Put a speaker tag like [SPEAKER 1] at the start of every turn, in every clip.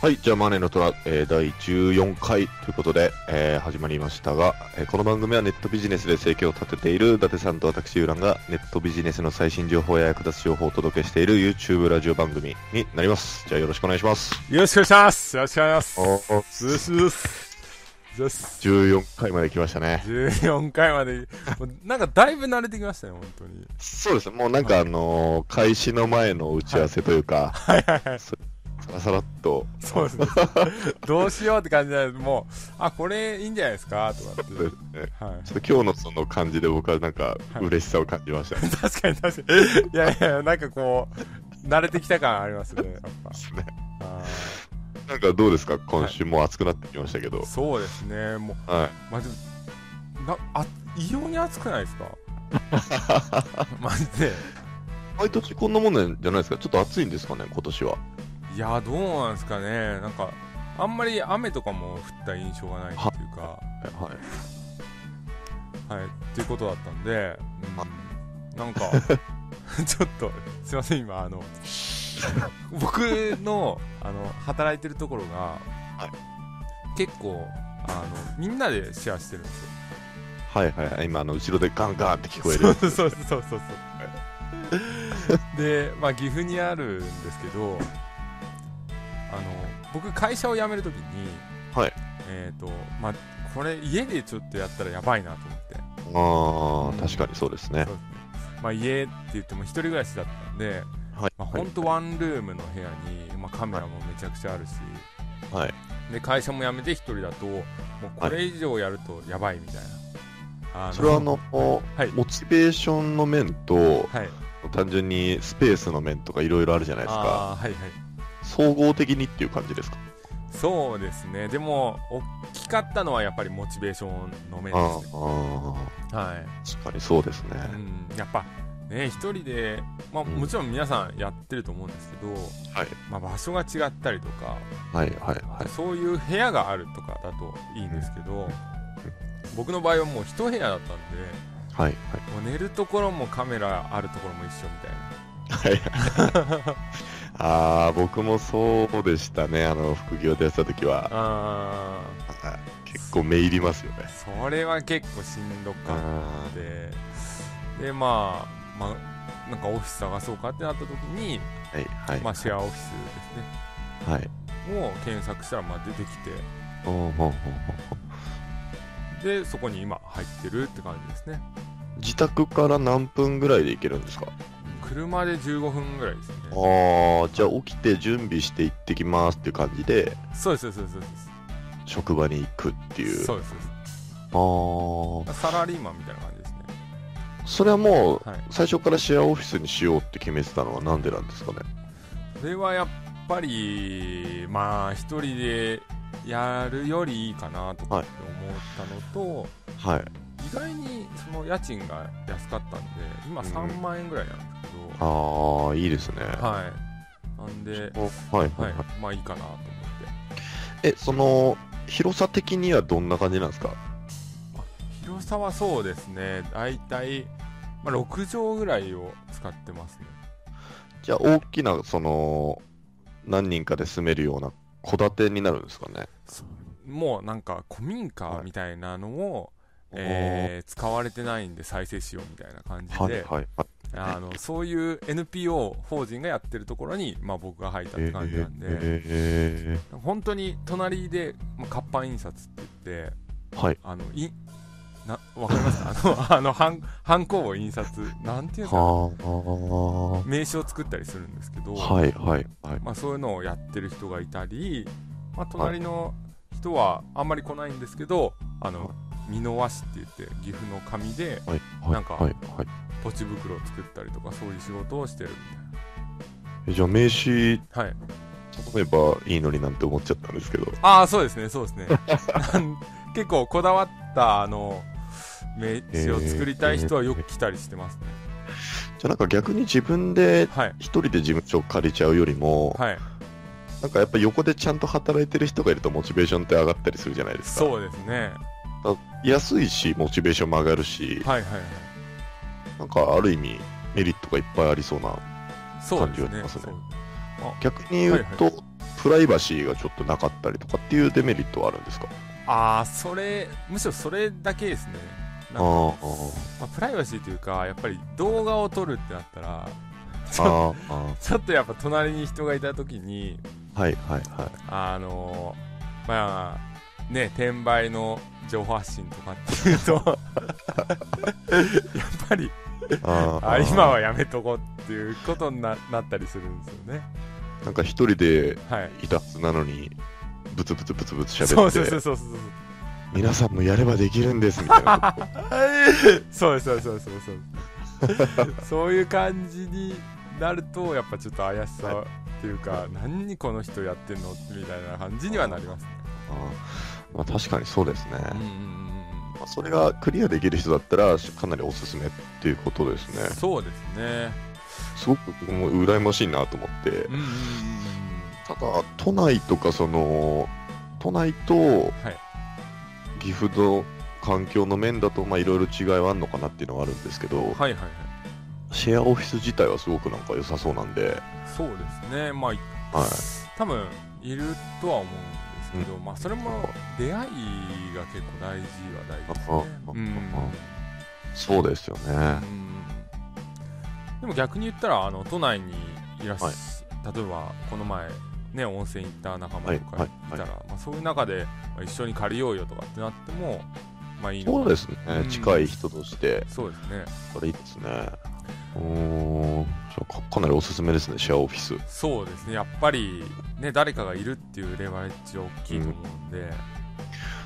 [SPEAKER 1] はい、じゃあ、マネーの虎、えー第14回ということで、えー始まりましたが、えーこの番組はネットビジネスで生計を立てている伊達さんと私、ユーランが、ネットビジネスの最新情報や役立つ情報をお届けしている YouTube ラジオ番組になります。じゃあ、よろしくお願いします。
[SPEAKER 2] よろしくお願いします。よろしくお願いします。
[SPEAKER 1] お
[SPEAKER 2] よろしくお願いします。よし。
[SPEAKER 1] 14回まで来ましたね。
[SPEAKER 2] 14回まで、もうなんかだいぶ慣れてきましたよ、本当に。
[SPEAKER 1] そうですね、もうなんか、あのー開始の前の打ち合わせというか、
[SPEAKER 2] はいはいはい。
[SPEAKER 1] さらさらっと、
[SPEAKER 2] そうですね。どうしようって感じじゃないもう、あ、これいいんじゃないですかとかって。
[SPEAKER 1] そうですね
[SPEAKER 2] は
[SPEAKER 1] ちょっと今日のその感じで僕はなんか
[SPEAKER 2] はい
[SPEAKER 1] 嬉しさを感じましたね
[SPEAKER 2] い。確かに確かに。いやいや、なんかこう、慣れてきた感ありますね、やっぱ。あ
[SPEAKER 1] なんかどうですか今週も暑くなってきましたけど
[SPEAKER 2] ー。そうですね、もう、
[SPEAKER 1] はい。
[SPEAKER 2] まあ、でも、な、あ、異様に暑くないですか マジで。
[SPEAKER 1] 毎年こんなもんなんじゃないですかちょっと暑いんですかね今年は。
[SPEAKER 2] いやどうなんですかねなんかあんまり雨とかも降った印象がないっていうか
[SPEAKER 1] はい。
[SPEAKER 2] はいっていうことだったんで、うん、なんかちょっとすいません今あの僕のあの働いてるところが、結構あのみんなでシェアしてるんですよ
[SPEAKER 1] はいはいはい。今、あの、後ろでガンガンって聞こえる。
[SPEAKER 2] そうそうそうそう そうで、まあ、岐阜にあるんですけどあの僕会社を辞めるときに、
[SPEAKER 1] はい
[SPEAKER 2] えっ、とまあこれ家でちょっとやったらやばいなと思って、
[SPEAKER 1] ああ、確かにそうですね。
[SPEAKER 2] まあ、家って言っても一人暮らしだったんで、
[SPEAKER 1] はい。
[SPEAKER 2] まあ、ほんとワンルームの部屋に、まあ、カメラもめちゃくちゃあるし、
[SPEAKER 1] はい。
[SPEAKER 2] で会社も辞めて一人だともうこれ以上やるとやばいみたいな、あの
[SPEAKER 1] それはあの、モ
[SPEAKER 2] はい
[SPEAKER 1] チベーションの面と、
[SPEAKER 2] はい
[SPEAKER 1] 単純にスペースの面とかいろいろあるじゃないですか。
[SPEAKER 2] あーはいはい
[SPEAKER 1] 総合的にっていう感じですか
[SPEAKER 2] そうですね、でも、大きかったのはやっぱりモチベーションの面
[SPEAKER 1] あー
[SPEAKER 2] ですね。
[SPEAKER 1] あ
[SPEAKER 2] は
[SPEAKER 1] ー、確かにそうですね。
[SPEAKER 2] いうん、やっぱ、ね、一人で、まあ、
[SPEAKER 1] うん
[SPEAKER 2] もちろん皆さんやってると思うんですけど、
[SPEAKER 1] はい
[SPEAKER 2] まあ、場所が違ったりとか、
[SPEAKER 1] はいはいはい。
[SPEAKER 2] そういう部屋があるとかだといいんですけど、僕の場合はもう一部屋だったんで、
[SPEAKER 1] はい
[SPEAKER 2] もう寝るところもカメラあるところも一緒みたいな。
[SPEAKER 1] はい。はい。ああ、僕もそうでしたね。あの、副業でやってた時は。
[SPEAKER 2] あ
[SPEAKER 1] 結構目入りますよね
[SPEAKER 2] ー。それは結構しんどかった
[SPEAKER 1] あ
[SPEAKER 2] ででまあ、まあ、なんかオフィス探そうかってなった時に、
[SPEAKER 1] ーはいはい。
[SPEAKER 2] まあ、シェ
[SPEAKER 1] ア。
[SPEAKER 2] アオフィス
[SPEAKER 1] はい。
[SPEAKER 2] ですねを検索したらまあ出てき
[SPEAKER 1] おうほうほうほう
[SPEAKER 2] てでそこに今入ってるって感じですね
[SPEAKER 1] 自宅から何分ぐらいで行けるんですか
[SPEAKER 2] 車で15分ぐらいですね
[SPEAKER 1] ああ、じゃあ起きて準備して行ってきますっていう感じで、
[SPEAKER 2] そうですそうですそうです
[SPEAKER 1] 職場に行くっていう。
[SPEAKER 2] そうですそうで
[SPEAKER 1] あ
[SPEAKER 2] すサラリーマンみたいな感じですね
[SPEAKER 1] あ、それはもう、
[SPEAKER 2] はい
[SPEAKER 1] 最初からシェアオフィスにしようって決めてたのはなんでなんですかね
[SPEAKER 2] それはやっぱりまあ一人でやるよりいいかなとかって思ったのと、
[SPEAKER 1] はい。
[SPEAKER 2] 意外にその家賃が安かったんで今
[SPEAKER 1] うん
[SPEAKER 2] 3万円ぐらいなんですけど、
[SPEAKER 1] ああ、いいですね。
[SPEAKER 2] はい。なんで、
[SPEAKER 1] おはい、は、
[SPEAKER 2] はい
[SPEAKER 1] はい。
[SPEAKER 2] い、まあいいかなと思って。
[SPEAKER 1] え、その、広さ的にはどんな感じなんですか
[SPEAKER 2] 広さはそうですね、大体、まあ、6畳ぐらいを使ってますね。
[SPEAKER 1] じゃあ大きな、その、何人かで住めるような戸建てになるんですかね
[SPEAKER 2] もうなんか、古民家みたいなのを、えー使われてないんで再生しようみたいな感じで、
[SPEAKER 1] はい、はい、はい。
[SPEAKER 2] あのそういう NPO 法人がやってるところに、まあ、僕が入ったって感じなんで、
[SPEAKER 1] え
[SPEAKER 2] 本当に隣で、まあ、活版印刷って言って、
[SPEAKER 1] ーはい。
[SPEAKER 2] あの、い、な、わかり ますあの、あの、ハン、ハンコを印刷、なんていうのか
[SPEAKER 1] は
[SPEAKER 2] な名刺を作ったりするんですけど、
[SPEAKER 1] あ。はい、はい、はい。
[SPEAKER 2] まあそういうのをやってる人がいたり、まあ隣の人はあんまり来ないんですけど、あの
[SPEAKER 1] は、
[SPEAKER 2] 美濃和紙って言って、岐阜の紙で
[SPEAKER 1] はい、はい、
[SPEAKER 2] なんか
[SPEAKER 1] はい、はい。
[SPEAKER 2] ポチ袋を作ったりとか、そういう仕事をしてるみ
[SPEAKER 1] えじゃあ名刺、
[SPEAKER 2] たいな。 はい。
[SPEAKER 1] 例えばいいのになんて思っちゃったんですけど。
[SPEAKER 2] ああ、そうですね、そう ですね。なん結構こだわった、あの、名刺を作りたい人はよく来たりしてますね。
[SPEAKER 1] じゃあなんか逆に自分で
[SPEAKER 2] はい
[SPEAKER 1] 一人で事務所借りちゃうよりも、
[SPEAKER 2] はい
[SPEAKER 1] なんかやっぱ横でちゃんと働いてる人がいるとモチベーションって上がったりするじゃないですか。
[SPEAKER 2] そうですね
[SPEAKER 1] 安いし、モチベーションも上がるし、
[SPEAKER 2] はいはいはい
[SPEAKER 1] なんかある意味メリットがいっぱいありそうな。
[SPEAKER 2] そう
[SPEAKER 1] 感
[SPEAKER 2] です
[SPEAKER 1] じはあり
[SPEAKER 2] ね
[SPEAKER 1] ますね
[SPEAKER 2] そう
[SPEAKER 1] 逆に言うと、
[SPEAKER 2] はい
[SPEAKER 1] プライバシーがちょっとなかったりとかっていうデメリットはあるんですか
[SPEAKER 2] ああそれむしろそれだけですねなん
[SPEAKER 1] あ
[SPEAKER 2] か
[SPEAKER 1] ー
[SPEAKER 2] まあ、プライバシーというかやっぱり動画を撮るってなったらち
[SPEAKER 1] あ
[SPEAKER 2] ょ
[SPEAKER 1] ーあ
[SPEAKER 2] ちょっとやっぱ隣に人がいた時に
[SPEAKER 1] ーはいはいはい。
[SPEAKER 2] あのーまあね転売の情報発信とかっていうと やっぱり
[SPEAKER 1] あー
[SPEAKER 2] あ今はやめとこうっていうことにななったりするんですよね
[SPEAKER 1] なんか一人で
[SPEAKER 2] はい
[SPEAKER 1] いたはずなのに、ブツブツブツブツ喋って、
[SPEAKER 2] そうそうそうそうそう
[SPEAKER 1] 皆さんもやればできるんですみたい な。
[SPEAKER 2] そうそうそうそうそう そういう感じになるとやっぱちょっと怪しさっていうか何この人やってんのみたいな感じにはなりますね
[SPEAKER 1] あーまあ、確かにそうですね。
[SPEAKER 2] うんうん
[SPEAKER 1] まあ、それがクリアできる人だったらかなりおすすめっていうことです
[SPEAKER 2] うんうん
[SPEAKER 1] ね
[SPEAKER 2] そうですね
[SPEAKER 1] すごく僕も羨ましいなと思って
[SPEAKER 2] うんうんうんうん
[SPEAKER 1] ただ都内とかその都内と
[SPEAKER 2] はい
[SPEAKER 1] 岐阜の環境の面だとまあいろいろ違いはあるのかなっていうのはあるんですけど
[SPEAKER 2] はいはいはい
[SPEAKER 1] シェアオフィス自体はすごくなんか良さそうなんで、
[SPEAKER 2] そうですねまあ
[SPEAKER 1] はい、
[SPEAKER 2] 多分いるとは思うんですけど、まあそれも出会いが結構大事は大事ですね
[SPEAKER 1] ああ
[SPEAKER 2] うん
[SPEAKER 1] そうですよね
[SPEAKER 2] うんでも逆に言ったらあの都内にいらっしゃ、
[SPEAKER 1] はい
[SPEAKER 2] 例えばこの前ね温泉行った仲間とか
[SPEAKER 1] はいいはい
[SPEAKER 2] たら、まあ、そういう中で、まあ一緒に借りようよとかってなってもまあいいのか
[SPEAKER 1] そう
[SPEAKER 2] な
[SPEAKER 1] ですね、
[SPEAKER 2] うん
[SPEAKER 1] 近い人として
[SPEAKER 2] そうですね
[SPEAKER 1] これいいですねうーんじゃあかかなりおすすめですねシェアオフィス
[SPEAKER 2] そうですねやっぱりね誰かがいるっていうレバレッジは大きいと思うんで、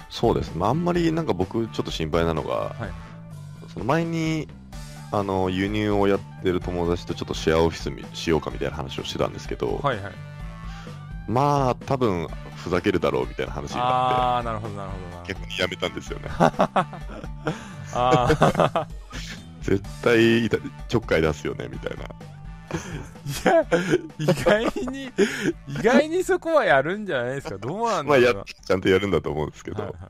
[SPEAKER 1] そうですね、まあ、あんまりなんか僕、ちょっと心配なのが、
[SPEAKER 2] はい
[SPEAKER 1] その前にあの輸入をやってる友達とちょっとシェアオフィスみしようかみたいな話をしてたんですけど、
[SPEAKER 2] はいはい
[SPEAKER 1] まあ、多分ふざけるだろうみたいな話になっ
[SPEAKER 2] ああなるほどなるほどなるほ
[SPEAKER 1] て、
[SPEAKER 2] ど
[SPEAKER 1] 逆にやめたんですよね。
[SPEAKER 2] ああ
[SPEAKER 1] 絶対いたちょっかい出すよねみたいな。
[SPEAKER 2] いや意外に意外にそこはやるんじゃないですかどうな ん
[SPEAKER 1] ま
[SPEAKER 2] だ
[SPEAKER 1] あ
[SPEAKER 2] ろ
[SPEAKER 1] や
[SPEAKER 2] うな
[SPEAKER 1] っちゃんとやるんだと思うんですけど、
[SPEAKER 2] はいはい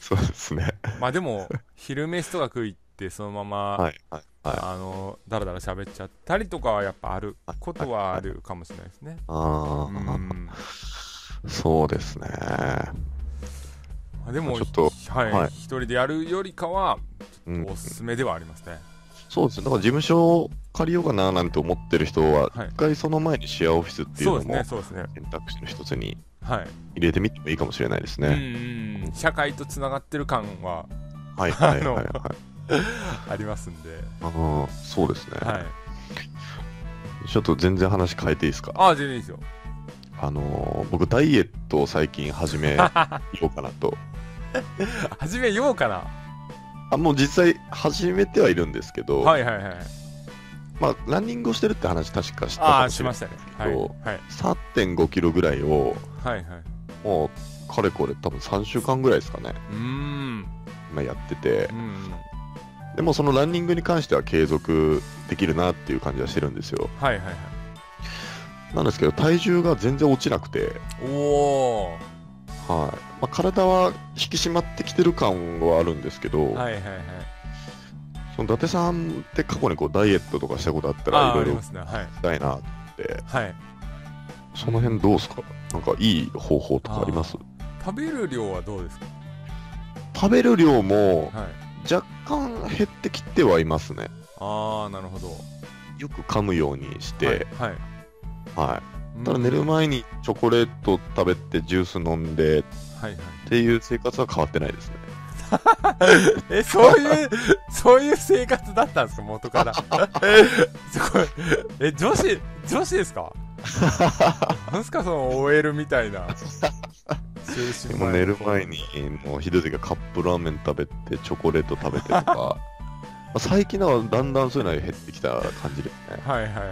[SPEAKER 1] そうですね。
[SPEAKER 2] まあでも昼飯とか食いってそのまま、
[SPEAKER 1] はいはいはい
[SPEAKER 2] あのだらだら喋っちゃったりとかはやっぱあることはあるかもしれないですね、
[SPEAKER 1] あ
[SPEAKER 2] う
[SPEAKER 1] ー
[SPEAKER 2] ん
[SPEAKER 1] そうですね。
[SPEAKER 2] まあでも
[SPEAKER 1] ちょっと
[SPEAKER 2] はい
[SPEAKER 1] はい
[SPEAKER 2] 一人でやるよりかは
[SPEAKER 1] うん
[SPEAKER 2] おすすめではありますね、
[SPEAKER 1] そうですね、だから事務所を借りようかななんて思ってる人は、
[SPEAKER 2] はい
[SPEAKER 1] 一回その前にシェアオフィスっていう
[SPEAKER 2] そう
[SPEAKER 1] の
[SPEAKER 2] です
[SPEAKER 1] も
[SPEAKER 2] ねそうですね
[SPEAKER 1] 選択肢の一つに
[SPEAKER 2] はい、
[SPEAKER 1] 入れてみてもいいかもしれないです
[SPEAKER 2] うん
[SPEAKER 1] ね。
[SPEAKER 2] うんうん社会とつながってる感は
[SPEAKER 1] はいはい
[SPEAKER 2] あの
[SPEAKER 1] はいはい。
[SPEAKER 2] ありますんで、
[SPEAKER 1] ああ、そうですね、
[SPEAKER 2] はい、
[SPEAKER 1] ちょっと全然話変えていいですか。
[SPEAKER 2] ああ全然いいですよ
[SPEAKER 1] あのー僕ダイエットを最近始 めようかなと。
[SPEAKER 2] 始めようかな
[SPEAKER 1] あもう実際始めてはいるんですけど、
[SPEAKER 2] はいはいはい
[SPEAKER 1] まあランニングをしてるって話確かした
[SPEAKER 2] あ
[SPEAKER 1] か
[SPEAKER 2] あ
[SPEAKER 1] もし
[SPEAKER 2] し
[SPEAKER 1] れな
[SPEAKER 2] ま
[SPEAKER 1] い
[SPEAKER 2] したねはい
[SPEAKER 1] そう
[SPEAKER 2] はい
[SPEAKER 1] 3.5キロぐらいを
[SPEAKER 2] はいはい
[SPEAKER 1] もうかれこれ多分3週間ぐらいですかね
[SPEAKER 2] うーん
[SPEAKER 1] 今やってて
[SPEAKER 2] うんうん
[SPEAKER 1] でもそのランニングに関しては継続できるなっていう感じはしてるんですよ
[SPEAKER 2] はいはいはい
[SPEAKER 1] なんですけど体重が全然落ちなくて
[SPEAKER 2] おお
[SPEAKER 1] はいまあ、体は引き締まってきてる感はあるんですけど、
[SPEAKER 2] はいはいはい。
[SPEAKER 1] その伊達さんって過去にこうダイエットとかしたことあったら
[SPEAKER 2] あーあ
[SPEAKER 1] いろ
[SPEAKER 2] り
[SPEAKER 1] いろ
[SPEAKER 2] ま
[SPEAKER 1] し
[SPEAKER 2] すね。はい。
[SPEAKER 1] たいなって
[SPEAKER 2] はい。
[SPEAKER 1] その辺どうですかなんかいい方法とかあります
[SPEAKER 2] 食べる量はどうですか
[SPEAKER 1] 食べる量も
[SPEAKER 2] はい。
[SPEAKER 1] 若干減ってきてはいますね
[SPEAKER 2] ああ、なるほど。
[SPEAKER 1] よく噛むようにして、はい
[SPEAKER 2] はい。はいうん
[SPEAKER 1] ただ寝る前にチョコレート食べてジュース飲んでっ
[SPEAKER 2] はいはい。
[SPEAKER 1] ていう生活は変わってないですね
[SPEAKER 2] え、そういう、 そういう生活だったんですか元から。 すごい。え、女子、女子で すかなんすかその OL みたいな。就
[SPEAKER 1] で
[SPEAKER 2] 寝
[SPEAKER 1] も
[SPEAKER 2] 前
[SPEAKER 1] 寝る前にもうひどい時はカップラーメン食べてチョコレート食べてとか まあ最近はだんだんそういうのは減ってきた感じですね、
[SPEAKER 2] はいはいはい。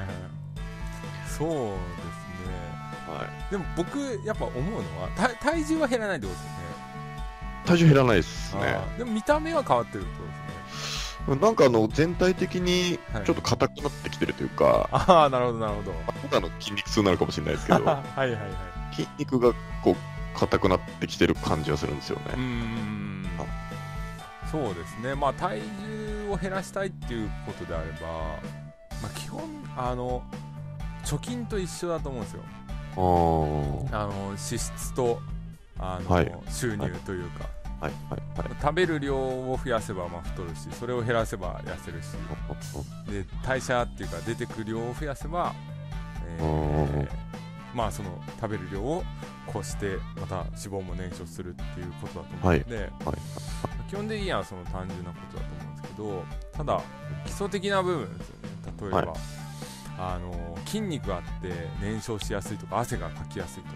[SPEAKER 2] そうですね。
[SPEAKER 1] は
[SPEAKER 2] でも僕、やっぱ思うのは、体体重は減らないってことですよね。
[SPEAKER 1] い、体重減らないですね
[SPEAKER 2] あーでも見た目は変わってるってことですね
[SPEAKER 1] なんかあの全体的に
[SPEAKER 2] はい
[SPEAKER 1] ちょっと硬くなってきてるというか、
[SPEAKER 2] ああなるほどなるほど
[SPEAKER 1] ただの筋肉痛になるかもしれないですけ ど、
[SPEAKER 2] はいはいは
[SPEAKER 1] 筋肉がこう硬くなってきてる感じがするんですよ
[SPEAKER 2] い
[SPEAKER 1] ね。
[SPEAKER 2] うんそうですねまあ体重を減らしたいっていうことであれば、まあ、基本あの貯金と一緒だと思うんですよ
[SPEAKER 1] あー
[SPEAKER 2] あの支出とあの、
[SPEAKER 1] はい
[SPEAKER 2] 収入というか、
[SPEAKER 1] はいはいはい。
[SPEAKER 2] 食べる量を増やせばまあ太るしそれを減らせば痩せるしで代謝っていうか出てく量を増やせば、えー
[SPEAKER 1] うん
[SPEAKER 2] まあその食べる量をこうしてまた脂肪も燃焼するっていうことだと思うので、基本的にはその単純なことだと思うんですけどただ基礎的な部分ですよね例えば、
[SPEAKER 1] はい
[SPEAKER 2] あの筋肉があって燃焼しやすいとか汗がかきやすいとか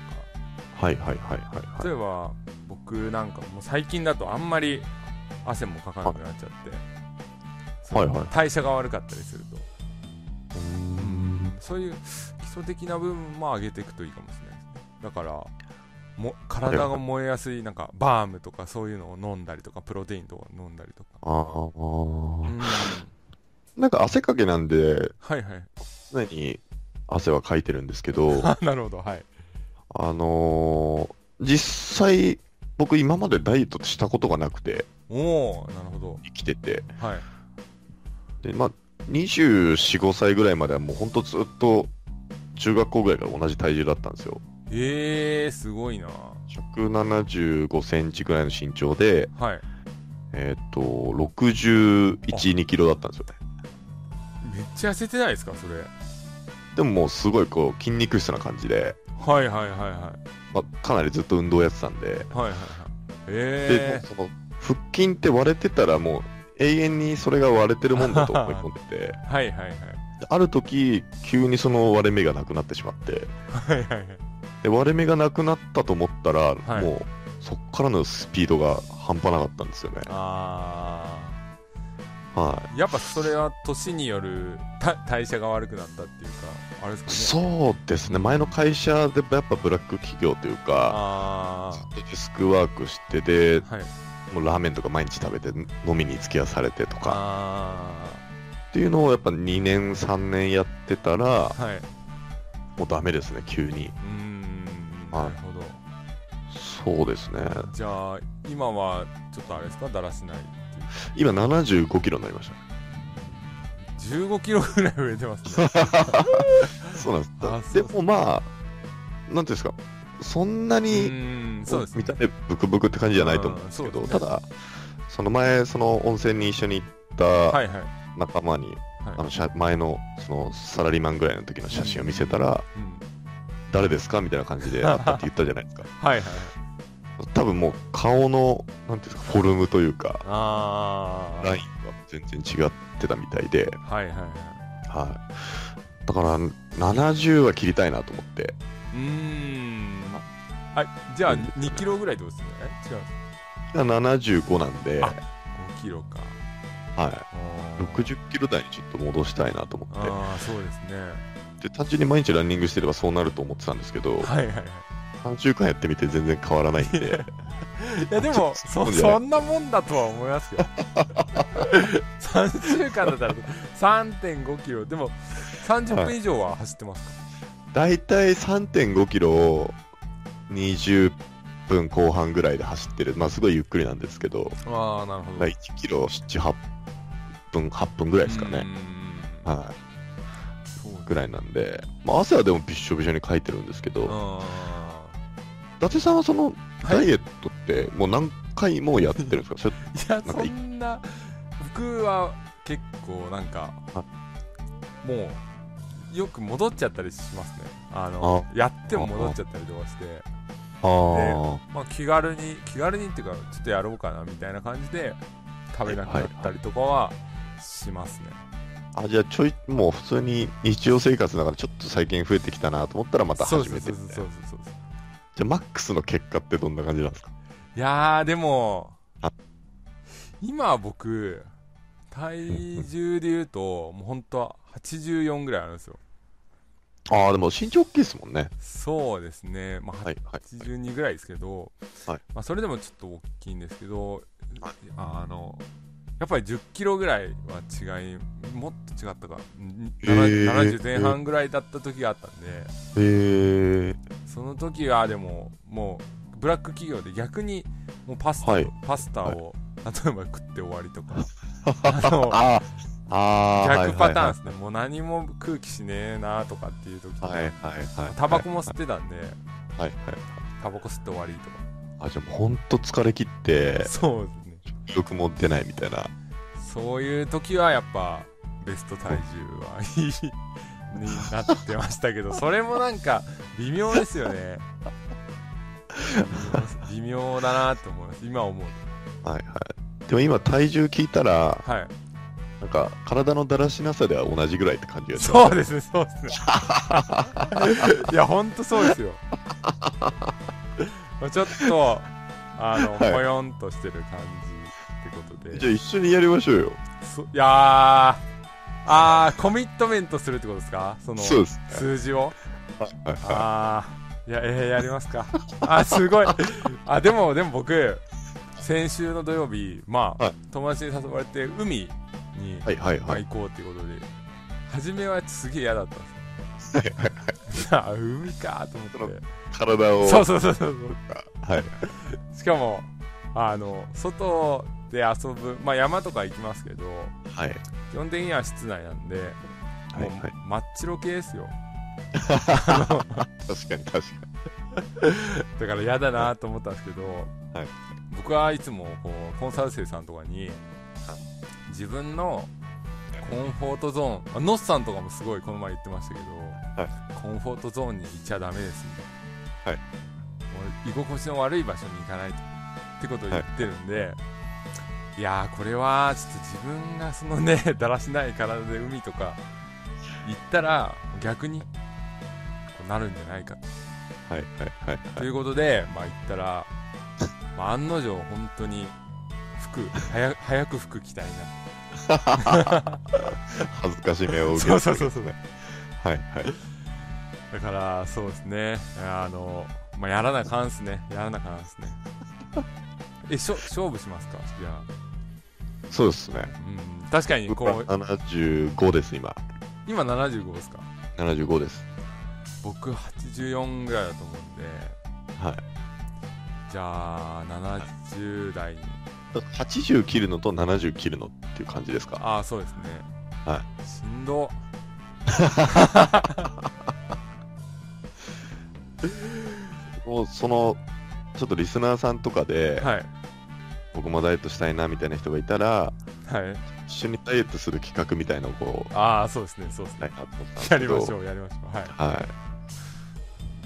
[SPEAKER 1] はいはいはいはいはい。
[SPEAKER 2] 例えば僕なんかもう最近だとあんまり汗もかかなくなっちゃって、そ
[SPEAKER 1] はい
[SPEAKER 2] の
[SPEAKER 1] はい
[SPEAKER 2] 代謝が悪かったりすると、
[SPEAKER 1] うーん
[SPEAKER 2] そういう基礎的な部分も上げていくといいかもしれないですねだからも体が燃えやすいなんかバームとかそういうのを飲んだりとかプロテインとか飲んだりとか、
[SPEAKER 1] あ
[SPEAKER 2] う
[SPEAKER 1] ー
[SPEAKER 2] ん、
[SPEAKER 1] なんか汗かけなんで、
[SPEAKER 2] はいはい
[SPEAKER 1] 常に汗はかいてるんですけ ど、
[SPEAKER 2] あなるほどはい
[SPEAKER 1] あのー実際、僕今までダイエットしたことがなくて、
[SPEAKER 2] おおなるほど
[SPEAKER 1] 生きてて。
[SPEAKER 2] はい
[SPEAKER 1] で、まあ、24、5歳ぐらいまではもうほんとずっと、中学校ぐらいから同じ体重だったんですよ。
[SPEAKER 2] えー、すごいな
[SPEAKER 1] 175センチぐらいの身長で、
[SPEAKER 2] はい
[SPEAKER 1] えっ、と、61、2キロだったんですよね。
[SPEAKER 2] めっちゃ痩せてないですかそれ
[SPEAKER 1] でももうすごいこう、筋肉質な感じで、
[SPEAKER 2] はいはいはいは
[SPEAKER 1] まあ、かなりずっと運動やってたんで、
[SPEAKER 2] いはいはいはい
[SPEAKER 1] で、
[SPEAKER 2] え
[SPEAKER 1] もうその、腹筋って割れてたらもう、永遠にそれが割れてるもんだと思い込んでて、
[SPEAKER 2] ー、はいはいはい
[SPEAKER 1] である時、急にその割れ目がなくなってしまって、
[SPEAKER 2] はいはいはい
[SPEAKER 1] で割れ目がなくなったと思ったら、
[SPEAKER 2] はい
[SPEAKER 1] もうそっからのスピードが半端なかったんですよね。
[SPEAKER 2] あー
[SPEAKER 1] は
[SPEAKER 2] やっぱそれは年によるた代謝が悪くなったっていうかあれで
[SPEAKER 1] い、
[SPEAKER 2] すかね
[SPEAKER 1] そうですね、前の会社でやっぱブラック企業というか、
[SPEAKER 2] あ
[SPEAKER 1] ずっとデスクワークしてで、
[SPEAKER 2] あはい
[SPEAKER 1] もうラーメンとか毎日食べて飲みに付き合わされてとか
[SPEAKER 2] あ
[SPEAKER 1] っていうのをやっぱ2年、3年やってたら、
[SPEAKER 2] あはいう
[SPEAKER 1] もうダメですね、急に。
[SPEAKER 2] ーん
[SPEAKER 1] はい
[SPEAKER 2] なるほど
[SPEAKER 1] そうですね、
[SPEAKER 2] じゃあ今はちょっとあれですかだらしないって
[SPEAKER 1] 今75キロになりまし
[SPEAKER 2] いう15キロぐらい増えてますね
[SPEAKER 1] た。そうなん
[SPEAKER 2] あ
[SPEAKER 1] です。
[SPEAKER 2] そう
[SPEAKER 1] でもまあ、なんていうんですか、そんな
[SPEAKER 2] う
[SPEAKER 1] に、
[SPEAKER 2] ーんそうですね
[SPEAKER 1] 見た目ブクブクって感じじゃないと思うんですけど、
[SPEAKER 2] うんそう
[SPEAKER 1] た
[SPEAKER 2] ですね
[SPEAKER 1] だその前その温泉に一緒に行っ
[SPEAKER 2] は
[SPEAKER 1] た
[SPEAKER 2] いはい
[SPEAKER 1] 仲間に、
[SPEAKER 2] はい
[SPEAKER 1] あの写前のそのサラリーマンぐらいの時の写真を見せたら、
[SPEAKER 2] うん
[SPEAKER 1] 誰ですかみたいな感じ であったって言ったじゃないですか
[SPEAKER 2] はいはい
[SPEAKER 1] 多分もう顔のなんていうんですかフォルムというか
[SPEAKER 2] ああ
[SPEAKER 1] ラインが全然違ってたみたいで、
[SPEAKER 2] はいはいはい
[SPEAKER 1] はい、だから70は切りたいなと思って
[SPEAKER 2] うーんはいじゃあ2キロぐらいってことですねえ違う
[SPEAKER 1] 今75なんで、
[SPEAKER 2] あ5キロか
[SPEAKER 1] は
[SPEAKER 2] あー
[SPEAKER 1] い、60キロ台にちょっと戻したいなと思って
[SPEAKER 2] ああそうですね
[SPEAKER 1] で単純に毎日ランニングしてればそうなると思ってたんですけど、
[SPEAKER 2] はいはいはい
[SPEAKER 1] 3週間やってみて全然変わらないん で
[SPEAKER 2] いやでもそそんなもんだとは思いますよ 3週間だったら3 5キロでも30分以上は走ってますか、
[SPEAKER 1] だいたい3 5キロを20分後半ぐらいで走ってるまあすごいゆっくりなんですけど
[SPEAKER 2] ああなるほど
[SPEAKER 1] 1キロ78分8分ぐらいですかね
[SPEAKER 2] うーん
[SPEAKER 1] は
[SPEAKER 2] そう
[SPEAKER 1] いぐらいなんで、まあ、汗はでもびっしょびしょにかいてるんですけど、
[SPEAKER 2] あ
[SPEAKER 1] 伊達さんはその
[SPEAKER 2] はい
[SPEAKER 1] ダイエットってもう何回もやってるんで すか、それ
[SPEAKER 2] ーいやそんな僕は結構なんか
[SPEAKER 1] は
[SPEAKER 2] もうよく戻っちゃったりしますねあのやっても戻っちゃったりとかして
[SPEAKER 1] あ
[SPEAKER 2] まあ、気軽に気軽にっていうかちょっとやろうかなみたいな感じで食べなくなったりとかはしますね、
[SPEAKER 1] あじゃあちょいもう普通に日常生活の中でちょっと最近増えてきたなと思ったらまた
[SPEAKER 2] そう
[SPEAKER 1] 始
[SPEAKER 2] そう
[SPEAKER 1] めて
[SPEAKER 2] そう
[SPEAKER 1] みたい
[SPEAKER 2] そう
[SPEAKER 1] な
[SPEAKER 2] そうそうそう
[SPEAKER 1] じゃあ、マックスの結果ってどんな感じなんですか
[SPEAKER 2] いやーでも
[SPEAKER 1] あ
[SPEAKER 2] 今僕体重で言うともう本当は84ぐらいあるんですよ
[SPEAKER 1] ああ、でも身長大きいですもんね。
[SPEAKER 2] そうですね、まあ
[SPEAKER 1] はい、はい。
[SPEAKER 2] 82ぐらいですけど、
[SPEAKER 1] はい
[SPEAKER 2] まあ、それでもちょっと大きいんですけど、
[SPEAKER 1] はい
[SPEAKER 2] あのやっぱり1 0キロぐらいは違いもっと違ったか、うん
[SPEAKER 1] えー
[SPEAKER 2] 70前半ぐらいだった時があったんで、
[SPEAKER 1] えー、
[SPEAKER 2] その時はでももうブラック企業で逆にもうパスタ、
[SPEAKER 1] はい
[SPEAKER 2] パスタを、例えば食って終わり とかあの
[SPEAKER 1] ああああ
[SPEAKER 2] 逆パターンですね、もう何も空気しねえなとかっていう時とか、
[SPEAKER 1] はいはいはい
[SPEAKER 2] タバコも吸ってたんで、
[SPEAKER 1] はいはい
[SPEAKER 2] タバコ吸って終わりとか、
[SPEAKER 1] あじゃあもうほんと疲れ切って
[SPEAKER 2] そうですね
[SPEAKER 1] 欲も出ないみたいな
[SPEAKER 2] そういう時はやっぱベスト体重はい いになってましたけどそれもなんか微妙ですよね微妙微妙だなって思います今思う
[SPEAKER 1] はいはいでも今体重聞いたら
[SPEAKER 2] はい
[SPEAKER 1] なんか体のだらしなさでは同じぐらいって感じがし
[SPEAKER 2] そう
[SPEAKER 1] す
[SPEAKER 2] ですねそうですね いやほんとそうですよまあちょっとあの、
[SPEAKER 1] はい
[SPEAKER 2] ぽよんとしてる感じってことで
[SPEAKER 1] じゃあ一緒にやりましょうよ
[SPEAKER 2] そいやーああーコミットメントするってことですかその
[SPEAKER 1] そうです
[SPEAKER 2] 数字を
[SPEAKER 1] はいはい
[SPEAKER 2] ああ、いや、えーやりますか。あ、すごい。あ、でも、でも僕、先週の土曜日、まあ、
[SPEAKER 1] はい
[SPEAKER 2] 友達に誘われて、海に、
[SPEAKER 1] はいはい
[SPEAKER 2] ま
[SPEAKER 1] は
[SPEAKER 2] あ、
[SPEAKER 1] い
[SPEAKER 2] 行こうっていうことで、初めはすげえ嫌だったんですよ。 あ、海かと思って。
[SPEAKER 1] 体を
[SPEAKER 2] そうそうそうそう。
[SPEAKER 1] はい
[SPEAKER 2] しかも、あの、外で遊ぶ、まあ、山とか行きますけど、
[SPEAKER 1] はい
[SPEAKER 2] 基本的には室内なんで、
[SPEAKER 1] は
[SPEAKER 2] も
[SPEAKER 1] いうはい、
[SPEAKER 2] 真っ白系ですよ。
[SPEAKER 1] 確かに確か
[SPEAKER 2] だから嫌だなと思ったんですけど、
[SPEAKER 1] はい
[SPEAKER 2] 僕はいつもこうコンサル生さんとかに自分のコンフォートゾーンあノッさんとかもすごいこの前言ってましたけど、
[SPEAKER 1] は
[SPEAKER 2] コンフォートゾーンに行っちゃダメです
[SPEAKER 1] はい
[SPEAKER 2] もう居心地の悪い場所に行かないとってことを言ってるんで、い、やーこれはちょっと自分がそのね だらしない体で海とか行ったら逆にこうなるんじゃないか
[SPEAKER 1] にはい はいはい
[SPEAKER 2] ということで、まあ、行ったら、まあ、案の定本当に服早早く服着たいな
[SPEAKER 1] 恥ずかしめを受け
[SPEAKER 2] そ
[SPEAKER 1] る
[SPEAKER 2] うそうそうそう
[SPEAKER 1] はいはい
[SPEAKER 2] だからそうですねあの、まあ、やらなかんっすねやらなかんっすねえしょ勝負しますかいや、
[SPEAKER 1] そうですね
[SPEAKER 2] うん、確かに
[SPEAKER 1] 僕
[SPEAKER 2] こ
[SPEAKER 1] は
[SPEAKER 2] う
[SPEAKER 1] 75です今
[SPEAKER 2] 今75ですか
[SPEAKER 1] 75です
[SPEAKER 2] 僕84ぐらいだと思うんで
[SPEAKER 1] はい
[SPEAKER 2] じゃあ70代に
[SPEAKER 1] 80切るのと70切るのっていう感じですか
[SPEAKER 2] ああそうですね
[SPEAKER 1] はい
[SPEAKER 2] しんど
[SPEAKER 1] もうそのちょっとリスナーさんとかで、
[SPEAKER 2] はい
[SPEAKER 1] 僕もダイエットしたいなみたいな人がいたら
[SPEAKER 2] はい
[SPEAKER 1] 一緒にダイエットする企画みたいなのをこう
[SPEAKER 2] ああそうですねそうです
[SPEAKER 1] した
[SPEAKER 2] ね
[SPEAKER 1] いなと思ったんですけ
[SPEAKER 2] や
[SPEAKER 1] ど
[SPEAKER 2] りましょうやりましょうはい
[SPEAKER 1] はい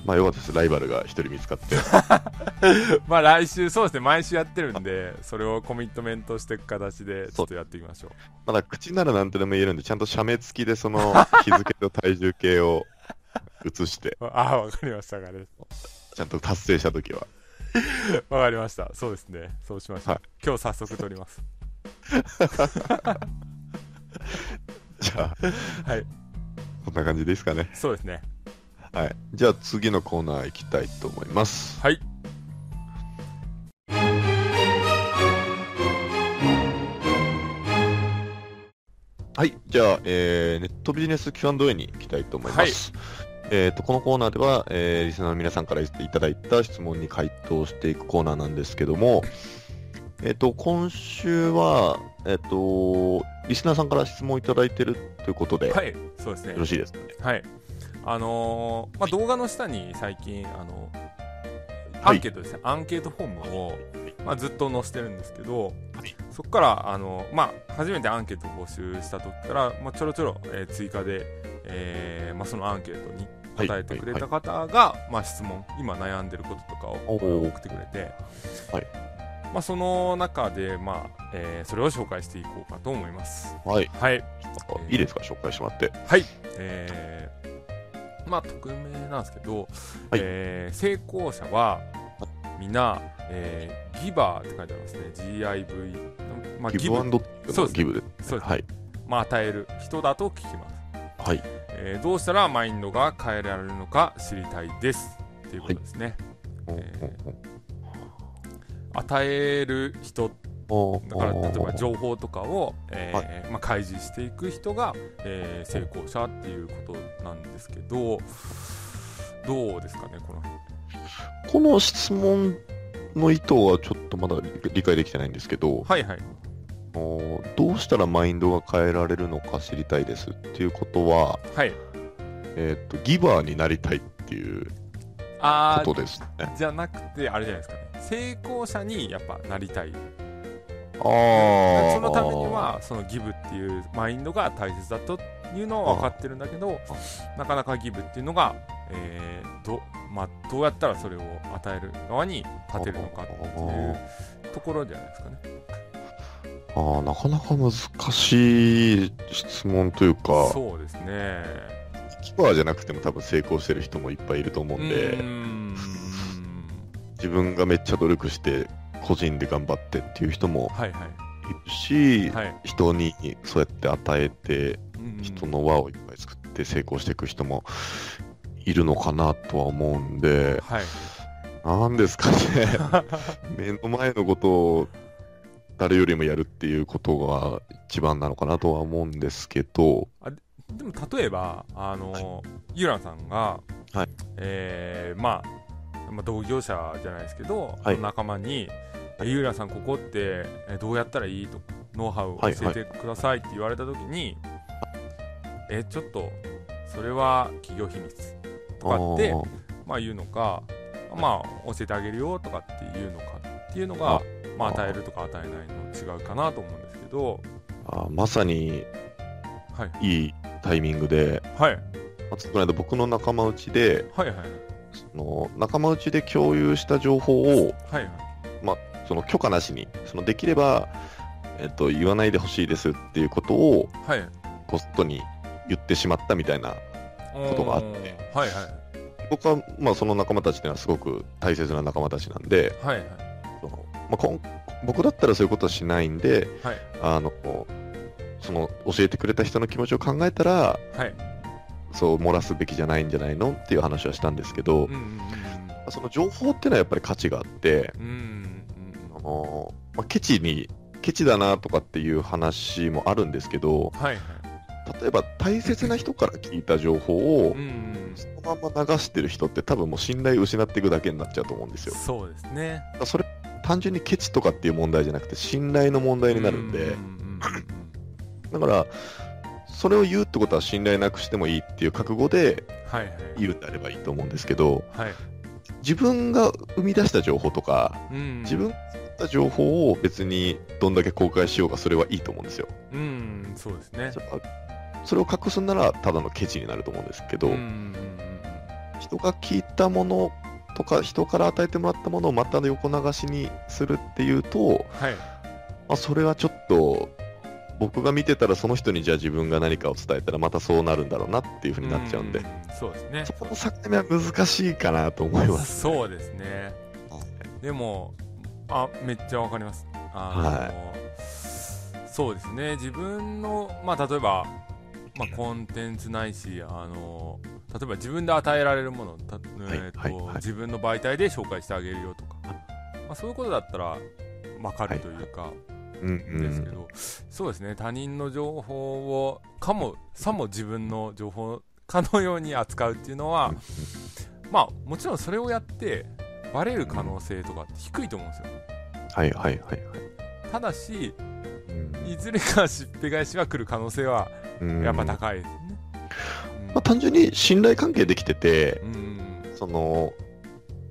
[SPEAKER 1] まあよかったですライバルが一人見つかって
[SPEAKER 2] まあ来週そうですね毎週やってるんでそれをコミットメントしていく形でちょっとやっていきましょう
[SPEAKER 1] まだ口ならなんとでも言えるんでちゃんと写メ付きでその 日付と体重計を写して
[SPEAKER 2] ああわかりましたわかりまし
[SPEAKER 1] ちゃんと達成した時は
[SPEAKER 2] たわかりましたそうですねそうしましょう、
[SPEAKER 1] はい
[SPEAKER 2] 今日早速撮ります
[SPEAKER 1] じゃあ
[SPEAKER 2] はい
[SPEAKER 1] こんな感じでいいですかね
[SPEAKER 2] そうですね
[SPEAKER 1] はいじゃあ次のコーナー行きたいと思います
[SPEAKER 2] はい
[SPEAKER 1] はい、じゃあ、えーネットビジネス Q&A に行きたいと思います。えー、とこのコーナーでは、えーリスナーの皆さんからいただいた質問に回答していくコーナーなんですけども、えっ、と、今週は、えっ、と、リスナーさんから質問をいただいてるということで、よ
[SPEAKER 2] はいそうですね
[SPEAKER 1] ろしいですかね。
[SPEAKER 2] はいあのーまあ動画の下に最近あのア
[SPEAKER 1] はい
[SPEAKER 2] ンケートですね、アンケートフォームを、まあ、ずっと載せてるんですけど、
[SPEAKER 1] はい
[SPEAKER 2] そこからあの、まあ、初めてアンケートを募集した時から、まあ、ちょろちょろ、えー追加で、えーまあ、そのアンケートに答えてくれた方が、まあ、質問今悩んでることとかを
[SPEAKER 1] おー
[SPEAKER 2] 送ってくれて、
[SPEAKER 1] はい
[SPEAKER 2] まあ、その中で、まあえーそれを紹介していこうかと思います。
[SPEAKER 1] はい。
[SPEAKER 2] はい、
[SPEAKER 1] いいですか、紹介してもらって。
[SPEAKER 2] えーまあ匿名なんですけど、
[SPEAKER 1] はい
[SPEAKER 2] えー成功者はみんな、えーギバーって書いてありますね GIV まあ
[SPEAKER 1] ギ
[SPEAKER 2] ギ
[SPEAKER 1] ブ
[SPEAKER 2] ブ
[SPEAKER 1] アンドっていうの
[SPEAKER 2] そう
[SPEAKER 1] は
[SPEAKER 2] です
[SPEAKER 1] ギブで。
[SPEAKER 2] そうです、
[SPEAKER 1] はい。
[SPEAKER 2] まあ与える人だと聞きます、
[SPEAKER 1] はい。
[SPEAKER 2] えーどうしたらマインドが変えられるのか知りたいですっていうことですね、
[SPEAKER 1] うん
[SPEAKER 2] 与える人
[SPEAKER 1] おー
[SPEAKER 2] だから
[SPEAKER 1] お
[SPEAKER 2] 例
[SPEAKER 1] ー
[SPEAKER 2] えば情報とかを、えーまあ、開示していく人が、えー成功者っていうことなんですけどどうですかねこの辺
[SPEAKER 1] この質問の意図はちょっとまだ理解できてないんですけど、
[SPEAKER 2] はいはい
[SPEAKER 1] あのどうしたらマインドが変えられるのか知りたいですっていうことは、
[SPEAKER 2] はい
[SPEAKER 1] えっとギバーになりたいっていう
[SPEAKER 2] あ
[SPEAKER 1] ことですね。
[SPEAKER 2] ーじゃなくてあれじゃないですかね成功者にやっぱなりたい
[SPEAKER 1] ああ。
[SPEAKER 2] そのためにはそのギブっていうマインドが大切だというのは分かってるんだけどなかなかギブっていうのが、えーどまあ、どうやったらそれを与える側に立てるのかっていうところじゃないですかね。
[SPEAKER 1] あーなかなか難しい質問というか、
[SPEAKER 2] そうですね。
[SPEAKER 1] ギバーじゃなくても多分成功してる人もいっぱいいると思
[SPEAKER 2] う
[SPEAKER 1] うんで、
[SPEAKER 2] ーん
[SPEAKER 1] 自分がめっちゃ努力して、個人で頑張ってっていう人も
[SPEAKER 2] はいは
[SPEAKER 1] い
[SPEAKER 2] い
[SPEAKER 1] るし、
[SPEAKER 2] はい。
[SPEAKER 1] 人にそうやって与えて、
[SPEAKER 2] うん
[SPEAKER 1] 人の輪をいっぱい作って成功していく人もいるのかなとは思うんで、
[SPEAKER 2] はい。
[SPEAKER 1] なんです かね、目の前のことを誰よりもやるっていうことが一番なのかなとは思うんですけど、
[SPEAKER 2] でも例えば、あの、ゆらさんが、
[SPEAKER 1] はい
[SPEAKER 2] えーまあ、まあ、同業者じゃないですけど、
[SPEAKER 1] はい
[SPEAKER 2] 仲間に、えゆらさん、ここってえーどうやったらいいとか、ノウハウを教えてくださいって言われたときに、えーちょっと、それは企業秘密とかって
[SPEAKER 1] あー、
[SPEAKER 2] まあ、言うのか、まあ、教えてあげるよとかっていうのかっていうのが
[SPEAKER 1] あ、
[SPEAKER 2] まあ、与えるとか与えないの違うかなと思うんですけど、
[SPEAKER 1] あーまさに
[SPEAKER 2] はい、
[SPEAKER 1] いいタイミングで、
[SPEAKER 2] はい、
[SPEAKER 1] まあつこの間僕の仲間内で、
[SPEAKER 2] はい、はい、
[SPEAKER 1] その仲間内で共有した情報を
[SPEAKER 2] はい、はい。
[SPEAKER 1] その許可なしにそのできれば、えっと、言わないでほしいですっていうことを
[SPEAKER 2] はい
[SPEAKER 1] こっそり言ってしまったみたいなことがあって
[SPEAKER 2] おーはい
[SPEAKER 1] 僕は、まあ、その仲間たちっていうのはすごく大切な仲間たちなんで
[SPEAKER 2] はいはい
[SPEAKER 1] その、まあ、こん僕だったらそういうことはしないんで
[SPEAKER 2] はい
[SPEAKER 1] あのその教えてくれた人の気持ちを考えたら
[SPEAKER 2] はいはい
[SPEAKER 1] そう漏らすべきじゃないんじゃないのっていう話はしたんですけ
[SPEAKER 2] う
[SPEAKER 1] ど
[SPEAKER 2] んうん
[SPEAKER 1] その情報っていうのはやっぱり価値があって
[SPEAKER 2] うんうんうん
[SPEAKER 1] あの、まあ、ケチにケチだなとかっていう話もあるんですけど
[SPEAKER 2] はいはい
[SPEAKER 1] 例えば大切な人から聞いた情報を
[SPEAKER 2] うんうん
[SPEAKER 1] そのまま流してる人って多分もう信頼失っていくだけになっちゃうと思うんですよ。
[SPEAKER 2] そうですね
[SPEAKER 1] だからそれ単純にケチとかっていう問題じゃなくて信頼の問題になるんで、
[SPEAKER 2] ううんうん
[SPEAKER 1] だからそれを言うってことは信頼なくしてもいいっていう覚悟で
[SPEAKER 2] はいはい
[SPEAKER 1] 言うんであればいいと思うんですけど
[SPEAKER 2] はい
[SPEAKER 1] 自分が生み出した情報とか
[SPEAKER 2] うん
[SPEAKER 1] 自分が作った情報を別にどんだけ公開しようがそれはいいと思うんですよ。
[SPEAKER 2] うんそうですね
[SPEAKER 1] それはそれを隠すならただのケチになると思うんですけど、
[SPEAKER 2] うんうんうん
[SPEAKER 1] 人が聞いたものとか人から与えてもらったものをまた横流しにするっていうと、
[SPEAKER 2] はい
[SPEAKER 1] まあ、それはちょっと僕が見てたらその人にじゃあ自分が何かを伝えたらまたそうなるんだろうなっていうふうになっちゃうんで、
[SPEAKER 2] そうですね
[SPEAKER 1] そこの境目は難しいかなと思います。
[SPEAKER 2] そうですね
[SPEAKER 1] は
[SPEAKER 2] でもあめっちゃわかりますあの、そうですね自分のまあ例えば、まあ、コンテンツないしあの例えば自分で与えられるものた、
[SPEAKER 1] い
[SPEAKER 2] えーと
[SPEAKER 1] はいはい
[SPEAKER 2] 自分の媒体で紹介してあげるよとか、まあ、そういうことだったらわかるというか、
[SPEAKER 1] うんうん
[SPEAKER 2] ですけど、そうですね他人の情報をかもさも自分の情報かのように扱うっていうのは、まあもちろんそれをやってバレる可能性とかって低いと思うんですよ
[SPEAKER 1] はいはいはいはい。
[SPEAKER 2] ただしいずれかしっぺ返しは来る可能性は
[SPEAKER 1] うん
[SPEAKER 2] やっ
[SPEAKER 1] ま
[SPEAKER 2] ぱ高いですね、
[SPEAKER 1] あ、単純に信頼関係できてて
[SPEAKER 2] うんうん
[SPEAKER 1] その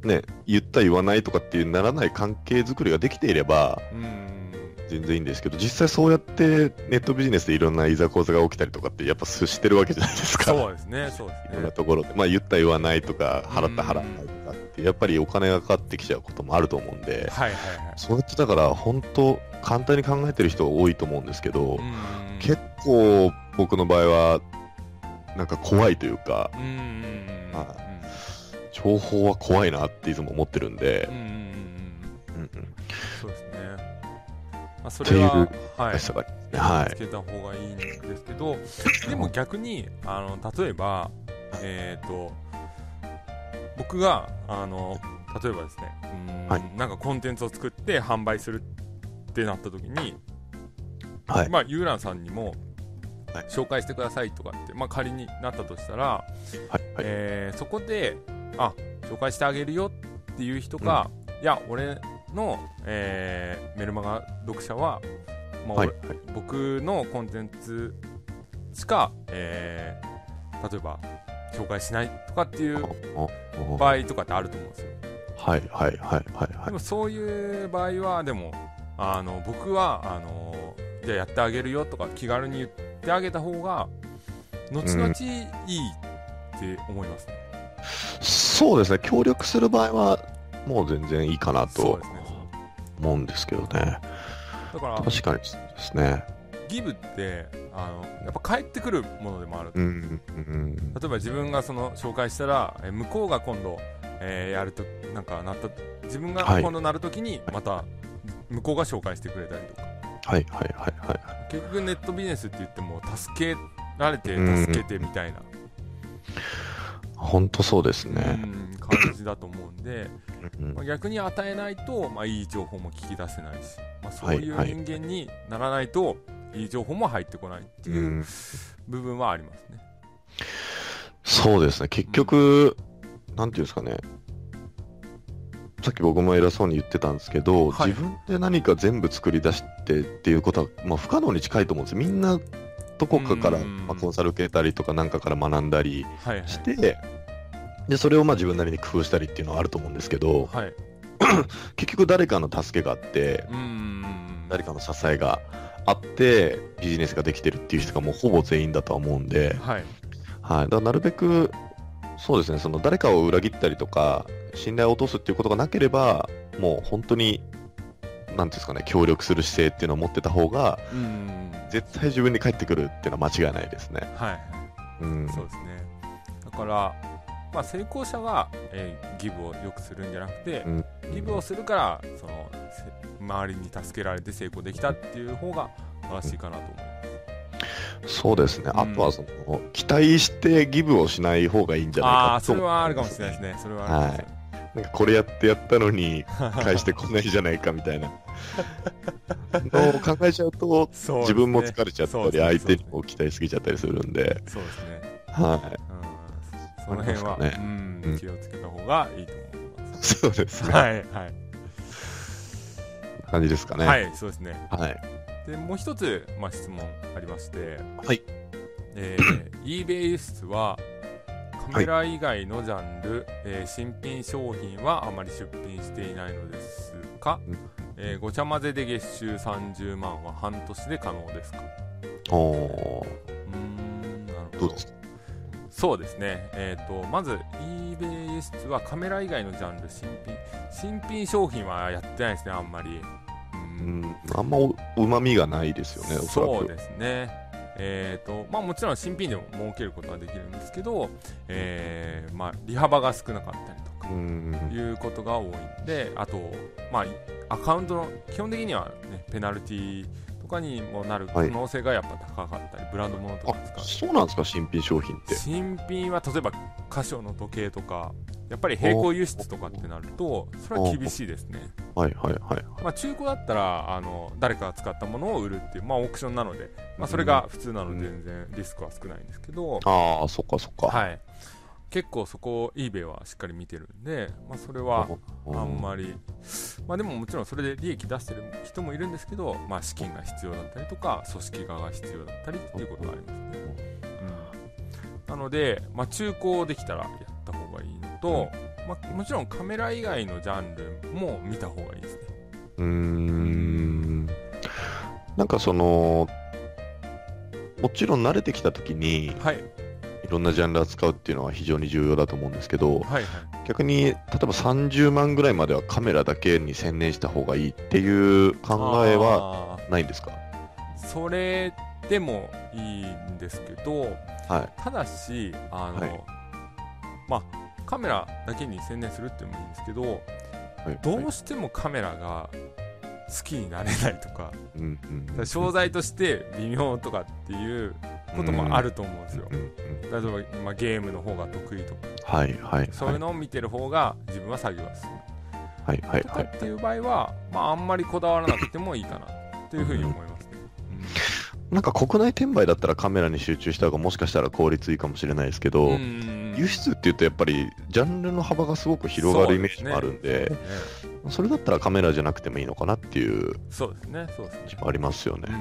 [SPEAKER 1] ね言った言わないとかっていうならない関係づくりができていれば
[SPEAKER 2] うん
[SPEAKER 1] 全然いいんですけど実際そうやってネットビジネスでいろんないざこざが起きたりとかってやっぱすしてるわけじゃないですか
[SPEAKER 2] そうですねそう
[SPEAKER 1] い
[SPEAKER 2] で
[SPEAKER 1] ろ
[SPEAKER 2] す
[SPEAKER 1] ん
[SPEAKER 2] ね
[SPEAKER 1] なところで、まあ、言った言わないとか
[SPEAKER 2] うん
[SPEAKER 1] 払った払わないとかってやっぱりお金がかかってきちゃうこともあると思うんで
[SPEAKER 2] はいはいはい
[SPEAKER 1] それってだから本当簡単に考えてる人多いと思うんですけど
[SPEAKER 2] うん
[SPEAKER 1] 結構僕の場合はなんか怖いというか
[SPEAKER 2] うんうん
[SPEAKER 1] は情報は怖いなっていつも思ってるんで
[SPEAKER 2] うんうんう、んうん
[SPEAKER 1] うんうん、
[SPEAKER 2] そうですね、まあ、それは
[SPEAKER 1] って
[SPEAKER 2] はい
[SPEAKER 1] 確かには
[SPEAKER 2] つけた方がいいんですけど、でも逆にあの例えば、えー、と僕があの例えばですねうーん、
[SPEAKER 1] はい
[SPEAKER 2] なんかコンテンツを作って販売するってなった時に、
[SPEAKER 1] はい
[SPEAKER 2] まあ、ユーランさんにも
[SPEAKER 1] はい
[SPEAKER 2] 紹介してくださいとかって、まあ、仮になったとしたら、
[SPEAKER 1] はいはい
[SPEAKER 2] えーそこであ紹介してあげるよっていう人が、いや俺の、えーメルマガ読者は、まあ
[SPEAKER 1] はい
[SPEAKER 2] 俺僕のコンテンツしか、えー例えば紹介しないとかっていう場合とかってあると思うんですよ
[SPEAKER 1] はいはいはいはいは
[SPEAKER 2] でもそういう場合はでもあの僕はあのじゃあやってあげるよとか気軽に言ってあげた方が後々いいって思います、ね
[SPEAKER 1] いそうですね協力する場合はもう全然いいかな
[SPEAKER 2] そう
[SPEAKER 1] と
[SPEAKER 2] ですね
[SPEAKER 1] 思うんですけどね
[SPEAKER 2] だから
[SPEAKER 1] 確かにそうですね
[SPEAKER 2] ギブってあのやっぱ返ってくるものでもある
[SPEAKER 1] うんうん
[SPEAKER 2] 例えば自分がその紹介したらえ向こうが今度、えーやるとなんかなった自分が
[SPEAKER 1] はい
[SPEAKER 2] 今度なるときにまた向こうが紹介してくれたりとか
[SPEAKER 1] はいはいはいはい
[SPEAKER 2] 結局ネットビジネスって言っても助けられて
[SPEAKER 1] うん
[SPEAKER 2] 助けてみたいな、
[SPEAKER 1] 本当そうです
[SPEAKER 2] う
[SPEAKER 1] ね、
[SPEAKER 2] ん感じだと思うんで、
[SPEAKER 1] うん
[SPEAKER 2] まあ、逆に与えないと、まあ、いい情報も聞き出せないし、まあ、そう
[SPEAKER 1] はい
[SPEAKER 2] いう
[SPEAKER 1] はい
[SPEAKER 2] 人間にならないといい情報も入ってこないって
[SPEAKER 1] う
[SPEAKER 2] いうん部分はありますね。
[SPEAKER 1] そうですね結局、なんていうんですかねさっき僕も偉そうに言ってたんですけど、
[SPEAKER 2] はい
[SPEAKER 1] 自分で何か全部作り出してっていうことは、まあ、不可能に近いと思うんですみんなどこかから、
[SPEAKER 2] うん
[SPEAKER 1] まあ、コンサル受けたりとかなんかから学んだり
[SPEAKER 2] はいはい
[SPEAKER 1] して、でそれをまあ自分なりに工夫したりっていうのはあると思うんですけど
[SPEAKER 2] はい、
[SPEAKER 1] 結局誰かの助けがあって
[SPEAKER 2] うん
[SPEAKER 1] 誰かの支えがあってビジネスができてるっていう人がもうほぼ全員だとは思うんで、
[SPEAKER 2] はい
[SPEAKER 1] はい、だからなるべくそうですねその誰かを裏切ったりとか信頼を落とすっていうことがなければもう本当になんていうんですかね協力する姿勢っていうのを持ってた方が
[SPEAKER 2] うん
[SPEAKER 1] 絶対自分に返ってくるっていうのは間違いないですね。
[SPEAKER 2] はい
[SPEAKER 1] うん、
[SPEAKER 2] そうですねだから、まあ、成功者は、えーギブをよくするんじゃなくて
[SPEAKER 1] うん
[SPEAKER 2] ギブをするからそのせ周りに助けられて成功できたっていう方が正しいかなと思います
[SPEAKER 1] そうですね、
[SPEAKER 2] うん
[SPEAKER 1] あとはその期待してギブをしない方がいいんじゃないか
[SPEAKER 2] ああーそれはあるかもしれない
[SPEAKER 1] い
[SPEAKER 2] ですねそれはあるかもしれない
[SPEAKER 1] なんかこれやってやったのに 返してこないじゃないかみたいなのを考えちゃうと
[SPEAKER 2] そうですね
[SPEAKER 1] 自分も疲れちゃった
[SPEAKER 2] そう
[SPEAKER 1] り
[SPEAKER 2] ですね
[SPEAKER 1] 相手にも期待しすぎちゃったりするんで、
[SPEAKER 2] そうですね、
[SPEAKER 1] はい、
[SPEAKER 2] うん、その辺は、
[SPEAKER 1] ありますか
[SPEAKER 2] う
[SPEAKER 1] うんん
[SPEAKER 2] 気をつけた方がいいと思います
[SPEAKER 1] そうですね。
[SPEAKER 2] はいはい、
[SPEAKER 1] 感じですかね。。
[SPEAKER 2] はいい、そうですね
[SPEAKER 1] はい。
[SPEAKER 2] でもう一つ、まあ、質問ありまして、
[SPEAKER 1] はい
[SPEAKER 2] えー eBay 輸出はカメラ以外のジャンル、えー新品商品はあまり出品していないのですか
[SPEAKER 1] うん、
[SPEAKER 2] えーごちゃ混ぜで月収30万は半年で可能ですか
[SPEAKER 1] おお
[SPEAKER 2] うーんなる
[SPEAKER 1] ー、
[SPEAKER 2] ほ
[SPEAKER 1] どう
[SPEAKER 2] ど
[SPEAKER 1] ですか
[SPEAKER 2] そうですね、えー、とまず eBay 輸出はカメラ以外のジャンル新品新品商品はやってないですねあんまり
[SPEAKER 1] う
[SPEAKER 2] うん
[SPEAKER 1] ん、あんまうまみがないですよね、おそらく。
[SPEAKER 2] そうですね。えーとまあ、もちろん新品でも儲けることはできるんですけど、えーまあ、利幅が少なかったりとか
[SPEAKER 1] うん。
[SPEAKER 2] いうことが多いんであと、まあ、アカウントの基本的には、ね、ペナルティとかにもなる可
[SPEAKER 1] はい
[SPEAKER 2] 能性がやっぱ高かったり、ブランド物とか
[SPEAKER 1] あ、
[SPEAKER 2] 使
[SPEAKER 1] そうなんですか、新品商品っ
[SPEAKER 2] う
[SPEAKER 1] て。
[SPEAKER 2] 新品は例えばカシオの時計とかやっぱり並行輸出とかってなるとそれは厳しいですね、
[SPEAKER 1] はいはいはい。
[SPEAKER 2] まあ、中古だったらあの誰かが使ったものを売るっていう、まあ、オークションなので、まあ、それが普通なので全然リスクは少ないんですけど、
[SPEAKER 1] ああ、そっかそっか。
[SPEAKER 2] はい、結構そこを eBay はしっかり見てるんで、まあ、それはあんまり、まあ、でももちろんそれで利益出してる人もいるんですけど、まあ、資金が必要だったりとか組織側が必要だったりっていうことがありますね、うん、なので、まあ、中古をできたらやった方がいいのと、まあ、もちろんカメラ以外のジャンルも見た方がいいですね
[SPEAKER 1] うーん。なんかその、もちろん慣れてきたときに、
[SPEAKER 2] はい
[SPEAKER 1] いろんなジャンル扱うっていうのは非常に重要だと思うんですけど、
[SPEAKER 2] はいはい
[SPEAKER 1] 逆に例えば30万ぐらいまではカメラだけに専念した方がいいっていう考えは
[SPEAKER 2] は
[SPEAKER 1] ないんですか
[SPEAKER 2] それでもいいんですけど
[SPEAKER 1] はい
[SPEAKER 2] ただしあの、
[SPEAKER 1] はい
[SPEAKER 2] まあカメラだけに専念するっていうのもいいんですけど
[SPEAKER 1] はい
[SPEAKER 2] どうしてもカメラが好きになれない とか
[SPEAKER 1] うんうんうん
[SPEAKER 2] 商材として微妙とかっていうこともあると思うんですよ
[SPEAKER 1] うんうん
[SPEAKER 2] 例えば、まあ、ゲームの方が得意とか
[SPEAKER 1] はいはいはい
[SPEAKER 2] そういうのを見てる方が自分は作業が進む
[SPEAKER 1] はいはい
[SPEAKER 2] と
[SPEAKER 1] は
[SPEAKER 2] か
[SPEAKER 1] い。
[SPEAKER 2] っていう場合は、まあ、あんまりこだわらなくてもいいかなというふうに思いますね。
[SPEAKER 1] なんか国内転売だったらカメラに集中した方がもしかしたら効率いいかもしれないですけど、
[SPEAKER 2] うんうんうん
[SPEAKER 1] 輸出っていうとやっぱりジャンルの幅がすごく広がるイメージもあるんで、それだったらカメラじゃなくてもいいのかなっていう
[SPEAKER 2] そうですね、そうですね。そうで
[SPEAKER 1] 気
[SPEAKER 2] すね
[SPEAKER 1] もありますよ
[SPEAKER 2] う
[SPEAKER 1] ね。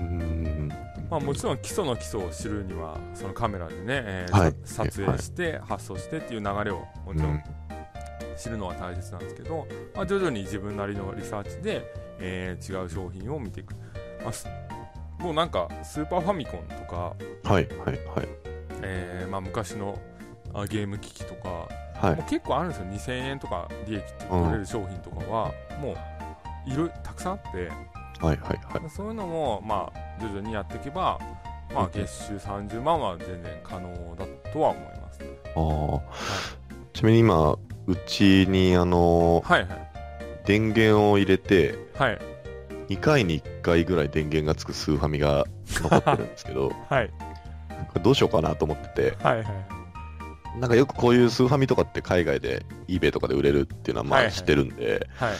[SPEAKER 2] ん
[SPEAKER 1] うん。
[SPEAKER 2] まあ、もちろん基礎の基礎を知るにはそのカメラでね、えー
[SPEAKER 1] はい
[SPEAKER 2] さ撮影して発送してっていう流れをもちろん知るのは大切なんですけど、まあ、徐々に自分なりのリサーチで、えー違う商品を見ていく、まあすもうなんかスーパーファミコンとか、
[SPEAKER 1] はいはいはい。
[SPEAKER 2] えーまあ、昔のあゲーム機器とか、
[SPEAKER 1] はい
[SPEAKER 2] もう。結構あるんですよ2000円とか利益って取れる商品とかは、もういろいろたくさんあって
[SPEAKER 1] はいはいはい。
[SPEAKER 2] そういうのも、まあ、徐々にやっていけば、まあ、月収30万は全然可能だとは思います、
[SPEAKER 1] ああ。ちなみに今、うちにあの、
[SPEAKER 2] はいはい
[SPEAKER 1] 電源を入れて、
[SPEAKER 2] はい
[SPEAKER 1] 2回に1回ぐらい電源がつくスーファミが残ってるんですけ ど、
[SPEAKER 2] はい
[SPEAKER 1] これどうしようかなと思ってて、
[SPEAKER 2] はいはい
[SPEAKER 1] なんかよくこういうスーファミとかって海外で eBay とかで売れるっていうのはま
[SPEAKER 2] はい
[SPEAKER 1] あ
[SPEAKER 2] はい
[SPEAKER 1] 知ってるんで、
[SPEAKER 2] はい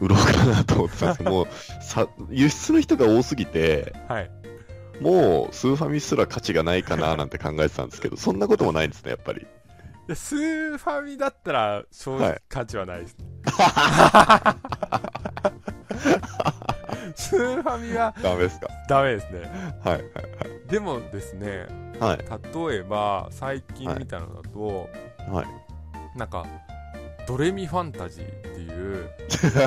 [SPEAKER 1] 売ろうかなと思ってたんで すけど、もうさ輸出の人が多すぎて、
[SPEAKER 2] はい
[SPEAKER 1] もうスーファミすら価値がないかななんて考えてたんですけど、そんなこともないんですね、やっぱり。
[SPEAKER 2] いやスーファミだったら正
[SPEAKER 1] は
[SPEAKER 2] 直
[SPEAKER 1] い
[SPEAKER 2] 価値はない です、スーファミは
[SPEAKER 1] ダメですか。
[SPEAKER 2] ダメですね
[SPEAKER 1] はいはい
[SPEAKER 2] でもですね
[SPEAKER 1] はい。
[SPEAKER 2] 例えば最近見たのだと、
[SPEAKER 1] はいはい
[SPEAKER 2] なんかドレミファンタジーっていう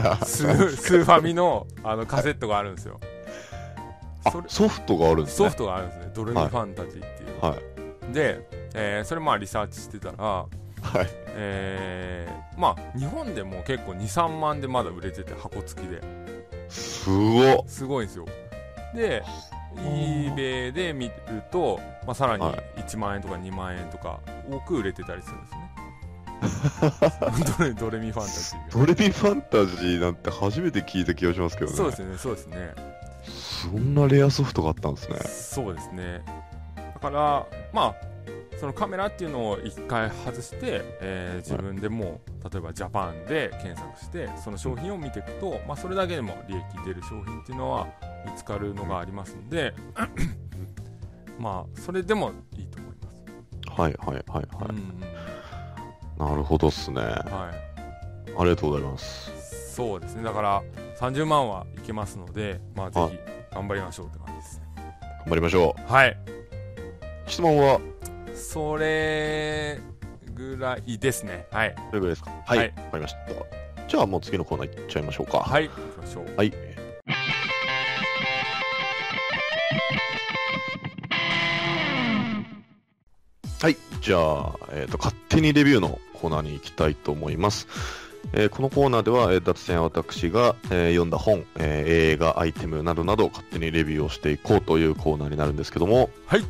[SPEAKER 1] はい。
[SPEAKER 2] スースーファミのあのカセットがあるんですよ
[SPEAKER 1] あ
[SPEAKER 2] それ
[SPEAKER 1] ソフトがあるんです
[SPEAKER 2] ソ
[SPEAKER 1] ね
[SPEAKER 2] フ。トがあるんですねドレミファンタジーっていう、
[SPEAKER 1] はい
[SPEAKER 2] で、えーそれまあリサーチしてたら
[SPEAKER 1] はい
[SPEAKER 2] えーまあ日本でも結構23万でまだ売れてて箱付きです
[SPEAKER 1] ごっ
[SPEAKER 2] すごいんですよで
[SPEAKER 1] ー
[SPEAKER 2] eBay で見ると、まあ、さらに
[SPEAKER 1] は
[SPEAKER 2] 1万円とか2万円とか多く売れてたりするんですね ドレドレミファンタジーが
[SPEAKER 1] ドレミファンタジーなんて初めて聞いた気がしますけどね。
[SPEAKER 2] そうですねそうですね
[SPEAKER 1] そんなレアソフトがあったんですね。
[SPEAKER 2] そうですねだからまあそのカメラっていうのを一回外して、えー自分でもう例えばジャパンで検索してその商品を見ていくと、まあ、それだけでも利益出る商品っていうのは見つかるのがあります んで、まあそれでもいいと思います、
[SPEAKER 1] はいはいはいはい。
[SPEAKER 2] うんうん
[SPEAKER 1] なるほどっすね。あ
[SPEAKER 2] はい、
[SPEAKER 1] りがとうございます。
[SPEAKER 2] そうですねだから30万はいけますので、まあ、ぜひ頑張りましょうって感じですね
[SPEAKER 1] 頑張りましょ。
[SPEAKER 2] はいう
[SPEAKER 1] 質問は
[SPEAKER 2] それぐらいですねはい
[SPEAKER 1] どれぐらいですかはい。
[SPEAKER 2] は
[SPEAKER 1] わ、
[SPEAKER 2] い
[SPEAKER 1] かりました。じゃあもう次のコーナー行っちゃいましょうか。
[SPEAKER 2] はい行きましょう
[SPEAKER 1] はい。はい。じゃあ、えーと、勝手にレビューのコーナーに行きたいと思います。えーこのコーナーでは、えー、達也や私が、えー読んだ本、えー映画、アイテムなどなど勝手にレビューをしていこうというコーナーになるんですけども、
[SPEAKER 2] はい。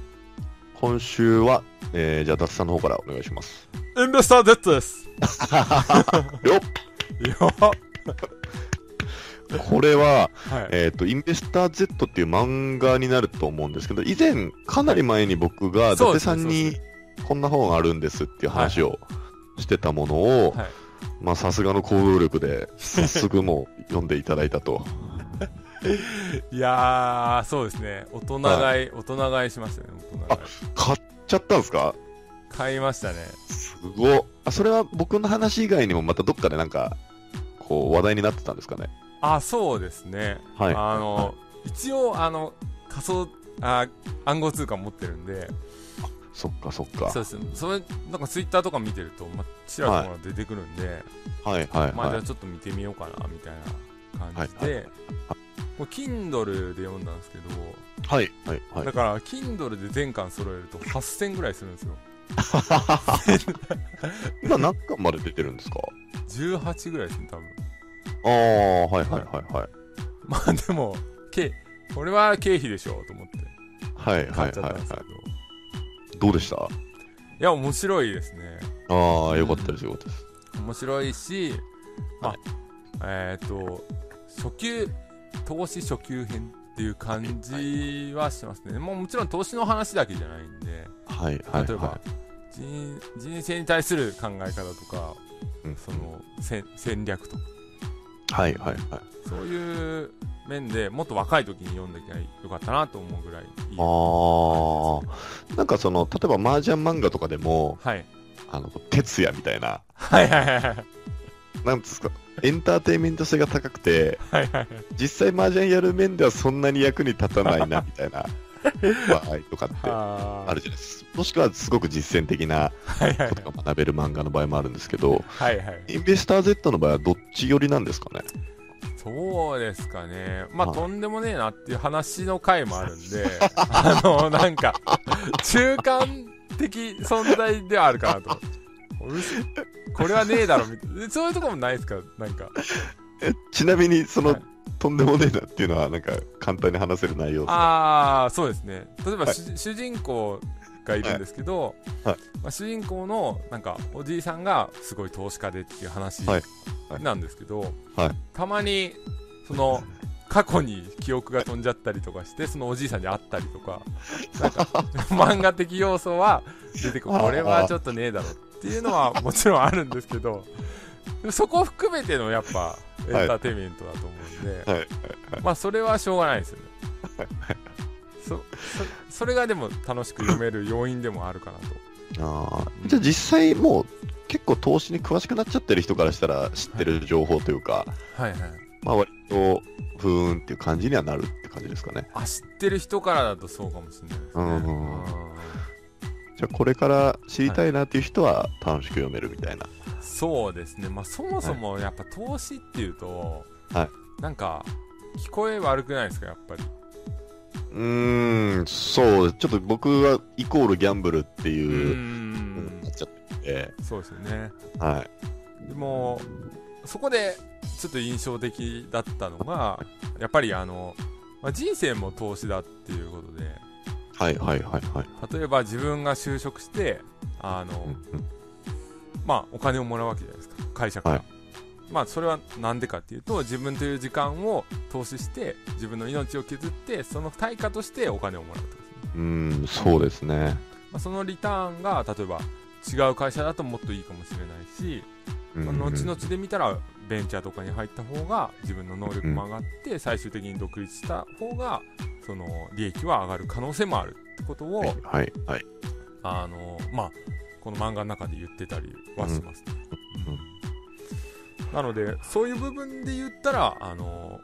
[SPEAKER 1] 今週は、えーじゃあ、達也さんの方からお願いします。
[SPEAKER 2] インベスター Z で す。
[SPEAKER 1] よっ
[SPEAKER 2] よは
[SPEAKER 1] これは、
[SPEAKER 2] い。
[SPEAKER 1] えっ、と、インベスター Z っていう漫画になると思うんですけど、以前、かなり前に僕が、伊
[SPEAKER 2] そうで
[SPEAKER 1] 達さ
[SPEAKER 2] すね
[SPEAKER 1] ん
[SPEAKER 2] そう
[SPEAKER 1] に
[SPEAKER 2] で、
[SPEAKER 1] こんな本があるんですっていう話をしてたものを、
[SPEAKER 2] はい
[SPEAKER 1] まあ、さすがの行動力で、早速もう読んでいただいたと。
[SPEAKER 2] いやー、そうですね。大人
[SPEAKER 1] は
[SPEAKER 2] 買い、大人買いしましたね。大人買い。
[SPEAKER 1] 買っちゃったんですか
[SPEAKER 2] 買いましたね。
[SPEAKER 1] すごっあ、それは僕の話以外にもまたどっかでなんか、こう、話題になってたんですかね。
[SPEAKER 2] あ、そうですね。
[SPEAKER 1] はい
[SPEAKER 2] あの、一応、あの、仮想、あ暗号通貨持ってるんで、
[SPEAKER 1] そっかそっか
[SPEAKER 2] そ。うですそれ、なんかツイッターとか見てると、まあ、ちらほら出てくるんで、
[SPEAKER 1] はいはい
[SPEAKER 2] まあ、じゃ
[SPEAKER 1] は
[SPEAKER 2] あちょっと見てみようかな、みたいな感じ
[SPEAKER 1] はい
[SPEAKER 2] で、これ Kindle で読んだんですけど、
[SPEAKER 1] い。はいはいはい
[SPEAKER 2] だ。から、Kindle で全巻揃えると8000ぐらいするんですよ。
[SPEAKER 1] 今何巻まで出てるんですか
[SPEAKER 2] 18ぐらいですね、多分。
[SPEAKER 1] ああ、はいはいはいはい。
[SPEAKER 2] まあでも、けこれは経費でしょうと思って
[SPEAKER 1] はいは
[SPEAKER 2] 買
[SPEAKER 1] い
[SPEAKER 2] っちゃっ
[SPEAKER 1] は
[SPEAKER 2] た
[SPEAKER 1] いは
[SPEAKER 2] んですけど、
[SPEAKER 1] い
[SPEAKER 2] い。
[SPEAKER 1] どうでした
[SPEAKER 2] や、面白いですね。
[SPEAKER 1] ああ、よかったです、よかったです。
[SPEAKER 2] 面白いし、まあ、えっ、と、初級、投資初級編っていう感じはしてますね。もうもちろん投資の話だけじゃないんで、
[SPEAKER 1] はい、はい、
[SPEAKER 2] 例えば、
[SPEAKER 1] は
[SPEAKER 2] 自人人生に対する考え方とか
[SPEAKER 1] うん
[SPEAKER 2] その戦戦略とか
[SPEAKER 1] はいはいはい。
[SPEAKER 2] そういう面でもっと若い時に読んできゃよかったなと思うぐらいいい
[SPEAKER 1] ああ、なんかその、例えば麻雀漫画とかでも、
[SPEAKER 2] はい
[SPEAKER 1] あの、徹夜みたいな、
[SPEAKER 2] はいはいはいはい
[SPEAKER 1] なんですか、エンターテインメント性が高くて、
[SPEAKER 2] はいはい
[SPEAKER 1] 実際麻雀やる面ではそんなに役に立たないな、みた いな場合とかって
[SPEAKER 2] あー
[SPEAKER 1] あるじゃないですか。もしくはすごく実践的な
[SPEAKER 2] はいはい
[SPEAKER 1] ことが学べる漫画の場合もあるんですけど、
[SPEAKER 2] はいはい
[SPEAKER 1] インベスター Z の場合はどっち寄りなんですかね
[SPEAKER 2] そうですかね。まあ、
[SPEAKER 1] はい
[SPEAKER 2] とんでもねえなっていう話の回もあるんで、 あの、なんか、中間的存在ではあるかなと。うるせこれはねえだろ、みたいな。そういうとこもないですかなんか。
[SPEAKER 1] えちなみに、その、
[SPEAKER 2] はい
[SPEAKER 1] とんでもねえなっていうのは、なんか簡単に話せる内容です
[SPEAKER 2] ああ、そうですね。例えば、
[SPEAKER 1] はい
[SPEAKER 2] 主主人公がいるんですけど、
[SPEAKER 1] はい
[SPEAKER 2] まあ、主人公の、なんか、おじいさんがすごい投資家でっていう話
[SPEAKER 1] はいはい
[SPEAKER 2] なんですけど、
[SPEAKER 1] はい
[SPEAKER 2] たまに、その、過去に記憶が飛んじゃったりとかして、そのおじいさんに会ったりとか、な んか、漫画的要素は出てこ、これはちょっとねえだろっていうのはもちろんあるんですけど、そこを含めてのやっぱエンターテインメントだと思うんで、
[SPEAKER 1] はいはい
[SPEAKER 2] まあそれはしょうがないですよね。そそそれがでも楽しく読める要因でもあるかなと。
[SPEAKER 1] あーじゃあ実際もう結構投資に詳しくなっちゃってる人からしたら知ってる情報というか、
[SPEAKER 2] はいはい。
[SPEAKER 1] まあ割とふーんっていう感じにはなるって感じですかね。
[SPEAKER 2] あ、知ってる人からだとそうかもしれないですね。
[SPEAKER 1] うんうんうんじゃあこれから知りたいなっていう人は楽しく読めるみたいな。
[SPEAKER 2] あーそうですね。まあそもそもやっぱ投資っていうと、
[SPEAKER 1] は
[SPEAKER 2] なんか聞こえ悪くないですか、やっぱり。
[SPEAKER 1] うーん、そう、ちょっと僕はイコールギャンブルって
[SPEAKER 2] う
[SPEAKER 1] いう、
[SPEAKER 2] ん
[SPEAKER 1] なっ。ちゃってて、
[SPEAKER 2] そうですよね。
[SPEAKER 1] はい。
[SPEAKER 2] でもそこでちょっと印象的だったのがやっぱりあの、まあ、人生も投資だっていうことで
[SPEAKER 1] はいはいはいはい。
[SPEAKER 2] 例えば自分が就職してあの、
[SPEAKER 1] うんうん
[SPEAKER 2] まあ、お金をもらうわけじゃないですか会社から、
[SPEAKER 1] はい
[SPEAKER 2] まあ、それはなんでかっていうと自分という時間を投資して自分の命を削ってその対価としてお金をもらうと、
[SPEAKER 1] うーん、そうですね。
[SPEAKER 2] まあ、そのリターンが例えば違う会社だともっといいかもしれないし
[SPEAKER 1] うん
[SPEAKER 2] まあ後々で見たらベンチャーとかに入った方が自分の能力も上がって最終的に独立した方がその利益は上がる可能性もあるってことを、
[SPEAKER 1] はいはい。
[SPEAKER 2] あのまあこの漫画の中で言ってたりはします、ね
[SPEAKER 1] うん
[SPEAKER 2] なのでそういう部分で言ったらあの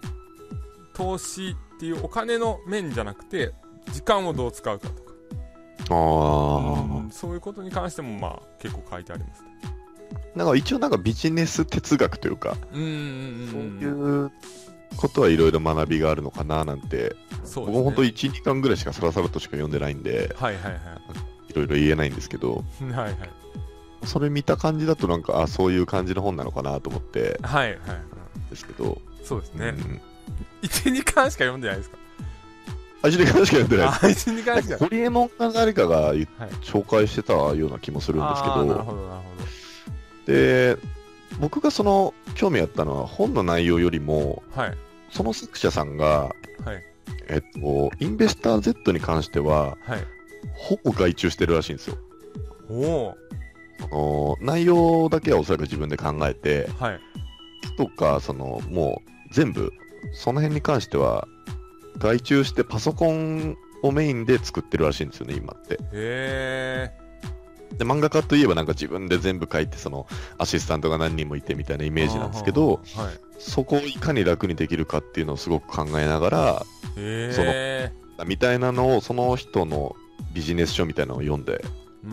[SPEAKER 2] 投資っていうお金の面じゃなくて時間をどう使うかとかう
[SPEAKER 1] あ
[SPEAKER 2] んそういうことに関してもまあ結構書いてありますね
[SPEAKER 1] あ。なんか一応なんかビジネス哲学というか、
[SPEAKER 2] うん
[SPEAKER 1] そういうことはいろいろ学びがあるのかななんて、
[SPEAKER 2] そう
[SPEAKER 1] 僕も
[SPEAKER 2] ですね
[SPEAKER 1] 本当1、2巻ぐらいしかさらさらとしか読んでないんで、
[SPEAKER 2] はいはいはい
[SPEAKER 1] いろいろ言えないんですけど、
[SPEAKER 2] はいはい
[SPEAKER 1] それ見た感じだとなんか、あそういう感じの本なのかなと思って
[SPEAKER 2] はいはい
[SPEAKER 1] ですけど、
[SPEAKER 2] そうです
[SPEAKER 1] う
[SPEAKER 2] ね、
[SPEAKER 1] ん、
[SPEAKER 2] 一1、2巻しか読んでないですか
[SPEAKER 1] あ、1、2巻しか読んでない
[SPEAKER 2] あ、1、2巻しか
[SPEAKER 1] ホリエモンか誰かが言っ
[SPEAKER 2] はい
[SPEAKER 1] 紹介してたような気もするんですけ
[SPEAKER 2] あーなる
[SPEAKER 1] ど、
[SPEAKER 2] ほどなるほ
[SPEAKER 1] で、僕がその興味あったのは本の内容よりも、
[SPEAKER 2] どはい
[SPEAKER 1] その作者さんが、
[SPEAKER 2] はい
[SPEAKER 1] えっと、インベスター Z に関しては、
[SPEAKER 2] はい
[SPEAKER 1] ほぼ外注してるらしいんですよ。
[SPEAKER 2] おお
[SPEAKER 1] あの内容だけはおそらく自分で考えて、
[SPEAKER 2] はい
[SPEAKER 1] とか、その、もう全部、その辺に関しては、外注してパソコンをメインで作ってるらしいんですよね、今って。
[SPEAKER 2] へ
[SPEAKER 1] で、漫画家といえばなんか自分で全部書いて、その、アシスタントが何人もいてみたいなイ
[SPEAKER 2] え
[SPEAKER 1] メージなんですけど、
[SPEAKER 2] はい
[SPEAKER 1] そこをいかに楽にできるかっていうのをすごく考えながその
[SPEAKER 2] へえ
[SPEAKER 1] ら、みたいなのを、その人のビジネス書みたいなのを読んで、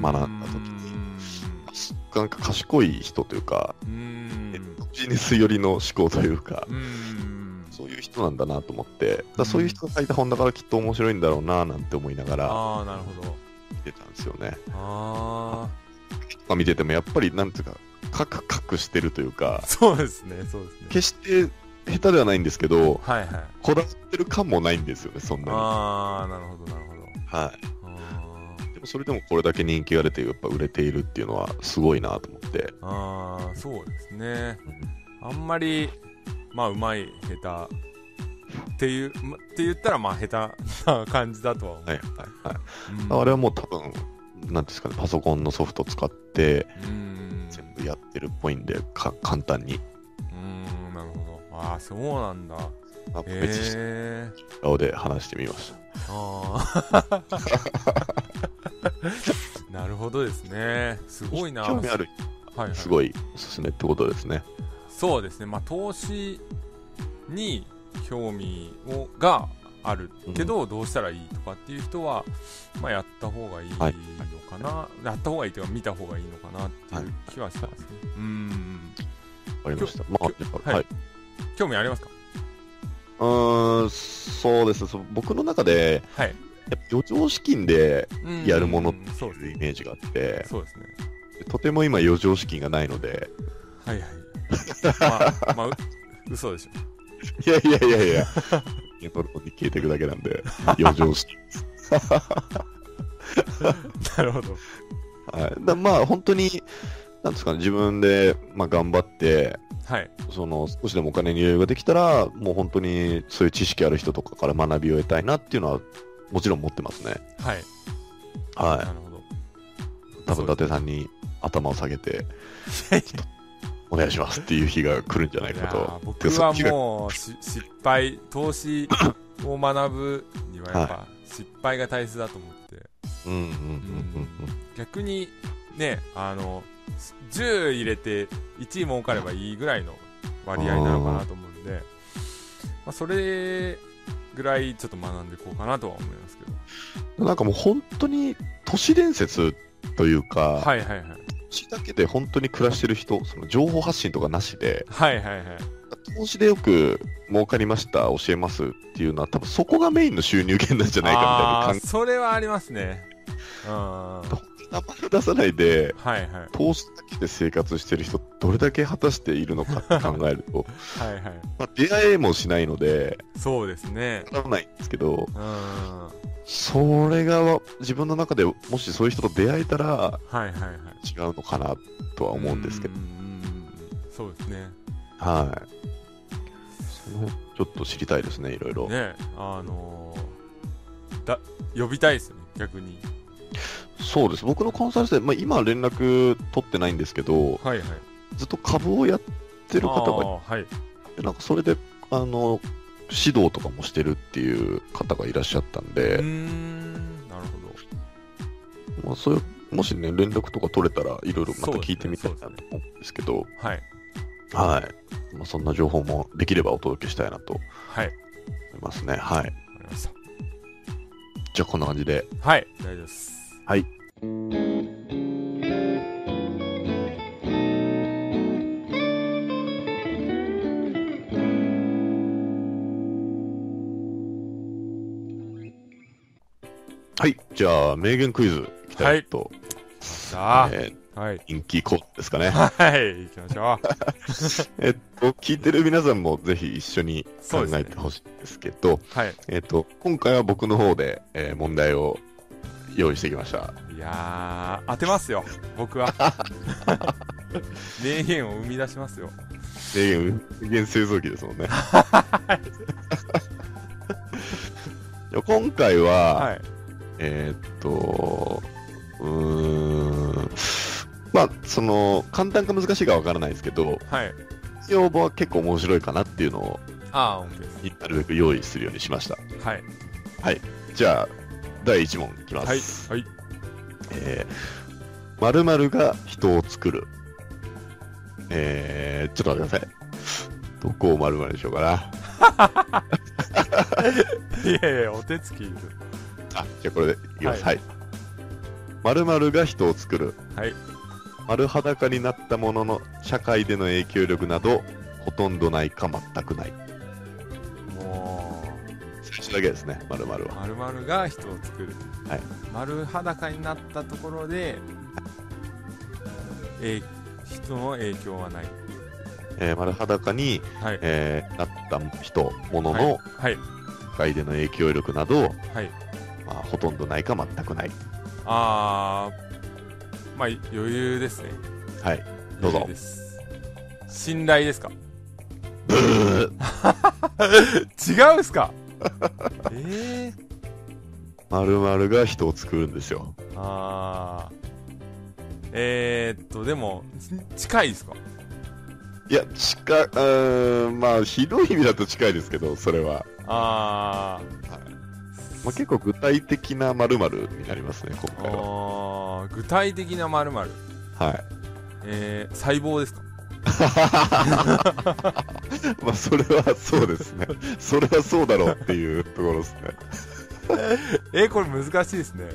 [SPEAKER 1] 学んだ時になんか賢い人というか、
[SPEAKER 2] うーん
[SPEAKER 1] えビジネス寄りの思考というか、
[SPEAKER 2] うーん
[SPEAKER 1] そういう人なんだなと思って、だからそういう人が書いた本だからきっと面白いんだろうななんて思いながら
[SPEAKER 2] ああなるほど
[SPEAKER 1] 見てたんですよね。
[SPEAKER 2] あ
[SPEAKER 1] まあ見ててもやっぱりなんていうか、カクカクしてるというか
[SPEAKER 2] あ、そうですねそうですね
[SPEAKER 1] 決して下手ではないんですけど、
[SPEAKER 2] はいはい
[SPEAKER 1] こだわってる感もないんですよね、そんなに。
[SPEAKER 2] ああなるほどなるほど
[SPEAKER 1] は
[SPEAKER 2] あー
[SPEAKER 1] い。でもそれでもこれだけ人気が出て、やっぱ売れているっていうのはすごいなと思って。
[SPEAKER 2] あーそうですねあんまり、まあ、うまい、下手。っていう、まって言ったら、まあ、下手な感じだとは思う。
[SPEAKER 1] はいはいはい。
[SPEAKER 2] うん
[SPEAKER 1] あれはもう多分、なんですかね、パソコンのソフト使って、
[SPEAKER 2] うん
[SPEAKER 1] 全部やってるっぽいんで、か簡単に。
[SPEAKER 2] うんなるほどああそうなんだ
[SPEAKER 1] まあ、
[SPEAKER 2] へ
[SPEAKER 1] 別に
[SPEAKER 2] え
[SPEAKER 1] 顔で話してみました。
[SPEAKER 2] ああ なるほどですねすごいな
[SPEAKER 1] 興味ある、
[SPEAKER 2] はいはい、
[SPEAKER 1] すごいおすすめってことですね。
[SPEAKER 2] そうですねまあ投資に興味をがあるけど、どうしたらいいとかっていう人は、まあ、やった方がいいの
[SPEAKER 1] はい
[SPEAKER 2] かな、やった方がいいというか見た方がいいのかなっていう気はしますね、うん
[SPEAKER 1] わかりました。まあ、やっぱ
[SPEAKER 2] はい
[SPEAKER 1] はい。
[SPEAKER 2] 興味ありますか
[SPEAKER 1] うーん、そうです。そう僕の中で、
[SPEAKER 2] はい
[SPEAKER 1] やっぱ余剰資金で
[SPEAKER 2] うん
[SPEAKER 1] やるものっ
[SPEAKER 2] そ
[SPEAKER 1] て
[SPEAKER 2] うです
[SPEAKER 1] いうイ
[SPEAKER 2] ね
[SPEAKER 1] メージがあって、
[SPEAKER 2] そうですね
[SPEAKER 1] とても今余剰資金がないので、
[SPEAKER 2] はいはいまあまあう嘘でしょ
[SPEAKER 1] いやいやいやいや、いやこれ消えていくだけなんで、余剰資金。
[SPEAKER 2] なるほど
[SPEAKER 1] はい、だまあ、本当に、なんですかね、自分で、まあ、頑張って、
[SPEAKER 2] はい
[SPEAKER 1] その少しでもお金に余裕ができたら、もう本当にそういう知識ある人とかから学びを得たいなっていうのは、もちろん持ってますね。
[SPEAKER 2] はい
[SPEAKER 1] は
[SPEAKER 2] なるほど
[SPEAKER 1] い。多分伊達さんに頭を下げて、ちょっとお願いしますっていう日が来るんじゃない
[SPEAKER 2] い
[SPEAKER 1] か
[SPEAKER 2] や
[SPEAKER 1] と
[SPEAKER 2] ー。僕はもうし失敗投資を学ぶにはやっぱ失敗が大切だと思って、
[SPEAKER 1] う。うんうんうん
[SPEAKER 2] 逆にねあの10入れて1位儲かればいいぐらいの割合なのかなと思うんでまあ、それぐらいちょっと学んでいこうかなとは思いますけど
[SPEAKER 1] うん。なんかもう本当に都市伝説というか、
[SPEAKER 2] はいはいはい
[SPEAKER 1] 投資だけで本当に暮らしてる人、その情報発信とかなしで、
[SPEAKER 2] はいはいはい
[SPEAKER 1] 投資でよく儲かりました、教えますっていうのは、多分そこがメインの収入源なんじゃないか
[SPEAKER 2] あ
[SPEAKER 1] み
[SPEAKER 2] ーそれはありますねうんは
[SPEAKER 1] たいな感じ、名前を出さないで、
[SPEAKER 2] いはいは
[SPEAKER 1] 投資だけで生活してる人、どれだけ果たしているのか って考えると、
[SPEAKER 2] いはい
[SPEAKER 1] まあ、出会えもしないので、
[SPEAKER 2] そうですね
[SPEAKER 1] わからないんですけど、
[SPEAKER 2] うんは
[SPEAKER 1] それが自分の中でもしそういう人と出会えたら、
[SPEAKER 2] いはいはい
[SPEAKER 1] 違うのかなとは思うんですけど、
[SPEAKER 2] ううんそうですね
[SPEAKER 1] はい。その辺ちょっと知りたいですね、いろいろ。
[SPEAKER 2] ねあのーだ呼びたいですよね逆に
[SPEAKER 1] そうです僕のコンサル生、まあ、今は連絡取ってないんですけど
[SPEAKER 2] はいはい
[SPEAKER 1] ずっと株をやってる方が
[SPEAKER 2] あーはい
[SPEAKER 1] いてなんかそれであの指導とかもしてるっていう方がいらっしゃったん
[SPEAKER 2] うー
[SPEAKER 1] で、
[SPEAKER 2] んなるほど
[SPEAKER 1] まあ、そういうもしね連絡とか取れたらいろいろまた
[SPEAKER 2] そうですね
[SPEAKER 1] 聞いてみたいなと
[SPEAKER 2] そうです
[SPEAKER 1] 思うんですけど
[SPEAKER 2] はい
[SPEAKER 1] はい、まあ、そんな情報もできればお届けしたいなと思
[SPEAKER 2] はいわか
[SPEAKER 1] いますねはい
[SPEAKER 2] りまし
[SPEAKER 1] じゃあこんな感じで
[SPEAKER 2] たはい大丈夫です
[SPEAKER 1] はいはいじゃあ名言クイズいきたいと、
[SPEAKER 2] さあ、
[SPEAKER 1] え
[SPEAKER 2] はい
[SPEAKER 1] ー人気コーナーですかね
[SPEAKER 2] はい行きましょう
[SPEAKER 1] えっと聞いてる皆さんもぜひ一緒に
[SPEAKER 2] そ
[SPEAKER 1] 考
[SPEAKER 2] うです
[SPEAKER 1] え
[SPEAKER 2] ね
[SPEAKER 1] てほしいんですけど
[SPEAKER 2] はい
[SPEAKER 1] えっと今回は僕の方で、えー問題を用意してきました
[SPEAKER 2] いやー当てますよ僕は 名言を生み出しますよ
[SPEAKER 1] 名言、名言製造機です もんね。いや今回は、
[SPEAKER 2] はい
[SPEAKER 1] えーっと、うーん、まあ、その、簡単か難しいかわからないですけど、
[SPEAKER 2] はい
[SPEAKER 1] 要望は結構面白いかなっていうのを、
[SPEAKER 2] ああ OK で
[SPEAKER 1] なるべく用意するようにしました。
[SPEAKER 2] すはい
[SPEAKER 1] じゃあ、第1問いきま
[SPEAKER 2] はい
[SPEAKER 1] す。
[SPEAKER 2] はい
[SPEAKER 1] えー、〇〇が人を作る。えー、ちょっと待ってください。どこを〇〇にしようかな。
[SPEAKER 2] いやいやお手つきいる
[SPEAKER 1] あ、じゃあこれでいきます。
[SPEAKER 2] は
[SPEAKER 1] はい。〇〇が人を作る。
[SPEAKER 2] はい。
[SPEAKER 1] 丸裸になったものの、社会での影響力など、ほとんどないか全くない。
[SPEAKER 2] もう
[SPEAKER 1] 最初だけですね、〇〇は。
[SPEAKER 2] 丸々が人を作る、
[SPEAKER 1] はい
[SPEAKER 2] 丸裸になったところで、えー人の影響はない
[SPEAKER 1] えー丸裸に、
[SPEAKER 2] はい
[SPEAKER 1] えーなった人、もの
[SPEAKER 2] はい
[SPEAKER 1] の、
[SPEAKER 2] はい
[SPEAKER 1] 社会での影響力など、
[SPEAKER 2] はい
[SPEAKER 1] まあ、ほとんどないか全くない。
[SPEAKER 2] あーまあ余裕ですね
[SPEAKER 1] はい。どうぞ
[SPEAKER 2] 余裕です信頼ですか
[SPEAKER 1] ブー
[SPEAKER 2] 違うっすかええ
[SPEAKER 1] 〇〇が人を作るんですよ。
[SPEAKER 2] ー、あーえー、っとでもち近いですか
[SPEAKER 1] いや、近い、うーん、まあ、ひどい意味だと近いですけど、それは。
[SPEAKER 2] あ
[SPEAKER 1] まあ、結構具体的な〇〇になりますね、今
[SPEAKER 2] ー
[SPEAKER 1] 回は。
[SPEAKER 2] あー具体的な〇〇
[SPEAKER 1] はい。
[SPEAKER 2] えー、細胞ですか
[SPEAKER 1] まあ、それはそうですね。それはそうだろうっていうところですね。
[SPEAKER 2] えー、これ難しいですね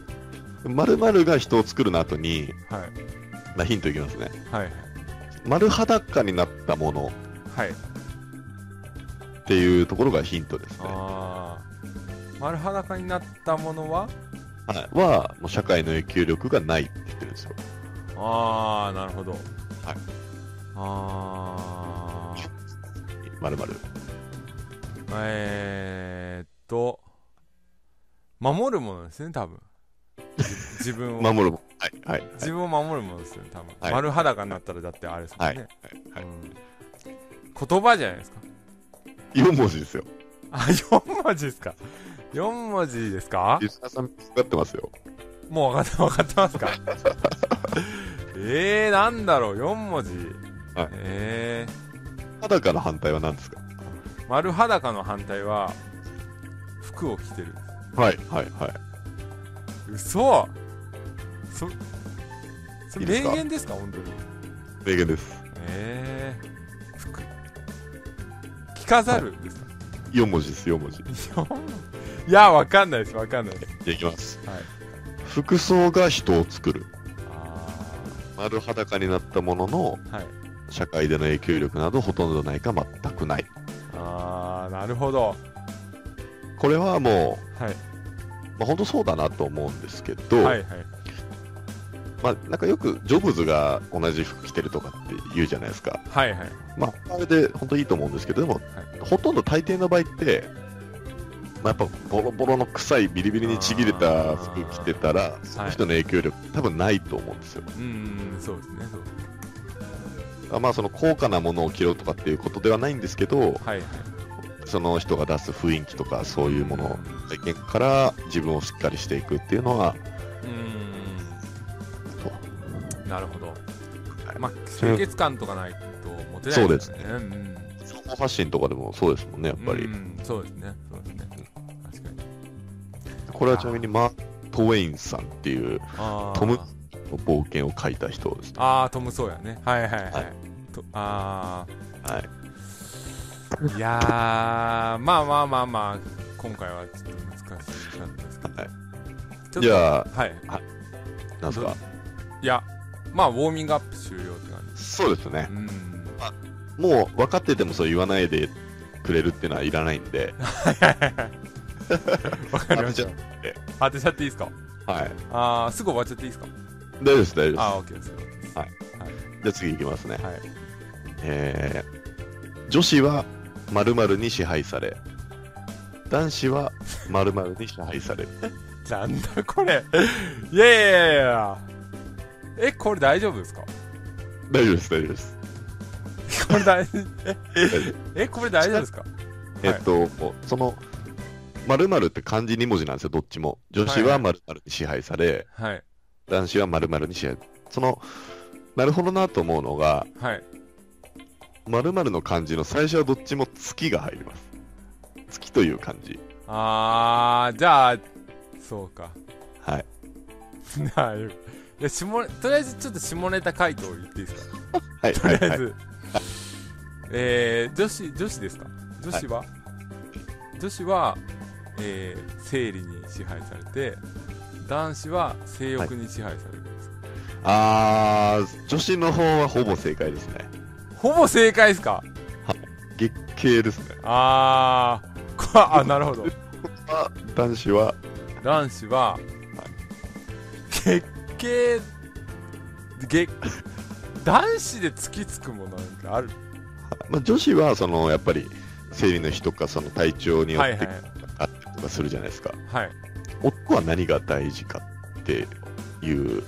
[SPEAKER 1] 〇〇が人を作るの後に、
[SPEAKER 2] はい
[SPEAKER 1] まあ、ヒントいきますね。
[SPEAKER 2] はい
[SPEAKER 1] 丸裸になったもの
[SPEAKER 2] はい
[SPEAKER 1] っていうところがヒントですね。は、
[SPEAKER 2] あー丸裸になったものはい
[SPEAKER 1] はもう社会の影響力がないって言ってるんですよ。
[SPEAKER 2] ああなるほどはいあー
[SPEAKER 1] 丸〇
[SPEAKER 2] えー、っと守るものですね多分じ自 分を
[SPEAKER 1] 守るもん。はい、はい、はい
[SPEAKER 2] 自分を守るものですよね多分、
[SPEAKER 1] はい
[SPEAKER 2] 丸裸になったらだってあれですもんね、
[SPEAKER 1] はい。
[SPEAKER 2] うん、言葉じゃないですか
[SPEAKER 1] 4文字ですよ。
[SPEAKER 2] あ4文字ですか4文字ですか
[SPEAKER 1] 吉田さん、使ってますよ。
[SPEAKER 2] もう分かって分かってますかえー、なんだろう4文字、
[SPEAKER 1] はい
[SPEAKER 2] え
[SPEAKER 1] 裸の反対は何ですか
[SPEAKER 2] ー、丸裸の反対は服を着てる
[SPEAKER 1] はい、はい、はい。
[SPEAKER 2] 嘘そそ
[SPEAKER 1] いい
[SPEAKER 2] れ
[SPEAKER 1] ですか
[SPEAKER 2] 名言ですか本当に
[SPEAKER 1] 名言です。
[SPEAKER 2] えー、服着飾るですか、
[SPEAKER 1] 4文字です、4文字。
[SPEAKER 2] いやわかんないですわかんないです
[SPEAKER 1] じゃあいきます。
[SPEAKER 2] はい
[SPEAKER 1] 服装が人を作る。
[SPEAKER 2] あ
[SPEAKER 1] 丸裸になったものの、
[SPEAKER 2] ーはい
[SPEAKER 1] 社会での影響力などほとんどないか全くない。
[SPEAKER 2] あーなるほど
[SPEAKER 1] これはも、
[SPEAKER 2] はいう
[SPEAKER 1] まあ、本当そうだなと思うんですけど、
[SPEAKER 2] はいはい
[SPEAKER 1] まあ、なんかよくジョブズが同じ服着てるとかって言うじゃないですか。
[SPEAKER 2] はいはい
[SPEAKER 1] まあ、あれで本当いいと思うんですけど、でも、ほとんど大抵の場合って、まあ、やっぱボロボロの臭いビリビリにちぎれた服着てたら、その人の影響力、多分ないと思うんですよ。
[SPEAKER 2] うんうんそうですねそうですね
[SPEAKER 1] まあ、その高価なものを着ろとかっていうことではないんですけど、
[SPEAKER 2] はいはい
[SPEAKER 1] その人が出す雰囲気とか、そういうもの、体験から自分をしっかりしていくっていうのは、
[SPEAKER 2] うん
[SPEAKER 1] と
[SPEAKER 2] なるほど
[SPEAKER 1] い
[SPEAKER 2] まあ清潔感とかないとモテないからねうん
[SPEAKER 1] 情報発信とかでもそうですもんね、やっぱり。
[SPEAKER 2] うんそうですねそうですね確かに
[SPEAKER 1] これはちなみにマート・ウェインさんっていう
[SPEAKER 2] あー
[SPEAKER 1] トムの冒険を書いた人ですね。
[SPEAKER 2] あートム・ソーヤねはいはいはい、
[SPEAKER 1] はい
[SPEAKER 2] とあ
[SPEAKER 1] はい、
[SPEAKER 2] あいやーまあまあまあまあ今回はちょっと難しかったですけど、
[SPEAKER 1] はい
[SPEAKER 2] ちょっと
[SPEAKER 1] じゃあ、
[SPEAKER 2] はい
[SPEAKER 1] なんですか
[SPEAKER 2] いやまあウォーミングアップ終了って感
[SPEAKER 1] そうですね
[SPEAKER 2] じ。うん
[SPEAKER 1] もう分かっててもそう言わないでくれるっていうのはいらないんで、
[SPEAKER 2] わかりま
[SPEAKER 1] 当て
[SPEAKER 2] した
[SPEAKER 1] ちゃって
[SPEAKER 2] 当てちゃっていいですか
[SPEAKER 1] はい。
[SPEAKER 2] ああすぐ終わっちゃっていいですか
[SPEAKER 1] 大丈夫です、大丈夫です。じ
[SPEAKER 2] ああ OK ですよ
[SPEAKER 1] ゃあ次いきますね。
[SPEAKER 2] はい
[SPEAKER 1] えー、女子は〇〇に支配され、男子は〇〇に支配される。
[SPEAKER 2] なんだこれいやいやいやいやえこれ大丈夫ですか
[SPEAKER 1] 大丈夫です、大丈夫です。
[SPEAKER 2] これ
[SPEAKER 1] 大
[SPEAKER 2] 大
[SPEAKER 1] 丈夫
[SPEAKER 2] えこれ大丈夫ですか
[SPEAKER 1] えっと、もうその、〇〇って漢字2文字なんですよ、どっちも。女子は〇〇に支配され、
[SPEAKER 2] はい
[SPEAKER 1] 男子は〇〇に支配。その、なるほどなと思うのが、
[SPEAKER 2] はい
[SPEAKER 1] 〇〇の漢字の最初はどっちも月が入ります。月という漢字。
[SPEAKER 2] あーじゃあそうか
[SPEAKER 1] はい。
[SPEAKER 2] なるいや下ネとりあえずちょっと下ネタ回答言っていいですか
[SPEAKER 1] はい、
[SPEAKER 2] と
[SPEAKER 1] は
[SPEAKER 2] り
[SPEAKER 1] い、
[SPEAKER 2] あ
[SPEAKER 1] は
[SPEAKER 2] え
[SPEAKER 1] い。
[SPEAKER 2] ず、えー、女子女子ですか女子は、女子は、えー、生理に支配されて男子は性欲に支配されるんですか、
[SPEAKER 1] あー、女子の方はほぼ正解ですね。
[SPEAKER 2] ほぼ正解ですか
[SPEAKER 1] 月経ですね。
[SPEAKER 2] あーこあなるほど
[SPEAKER 1] あ男子は、
[SPEAKER 2] 男子は月経月男子で突きつくものなんかある
[SPEAKER 1] まあ、女子は、その、やっぱり、生理の日とか、その体調によっ
[SPEAKER 2] はい
[SPEAKER 1] て
[SPEAKER 2] はい
[SPEAKER 1] あったりとかするじゃないですか。
[SPEAKER 2] はい
[SPEAKER 1] 男は何が大事かっていう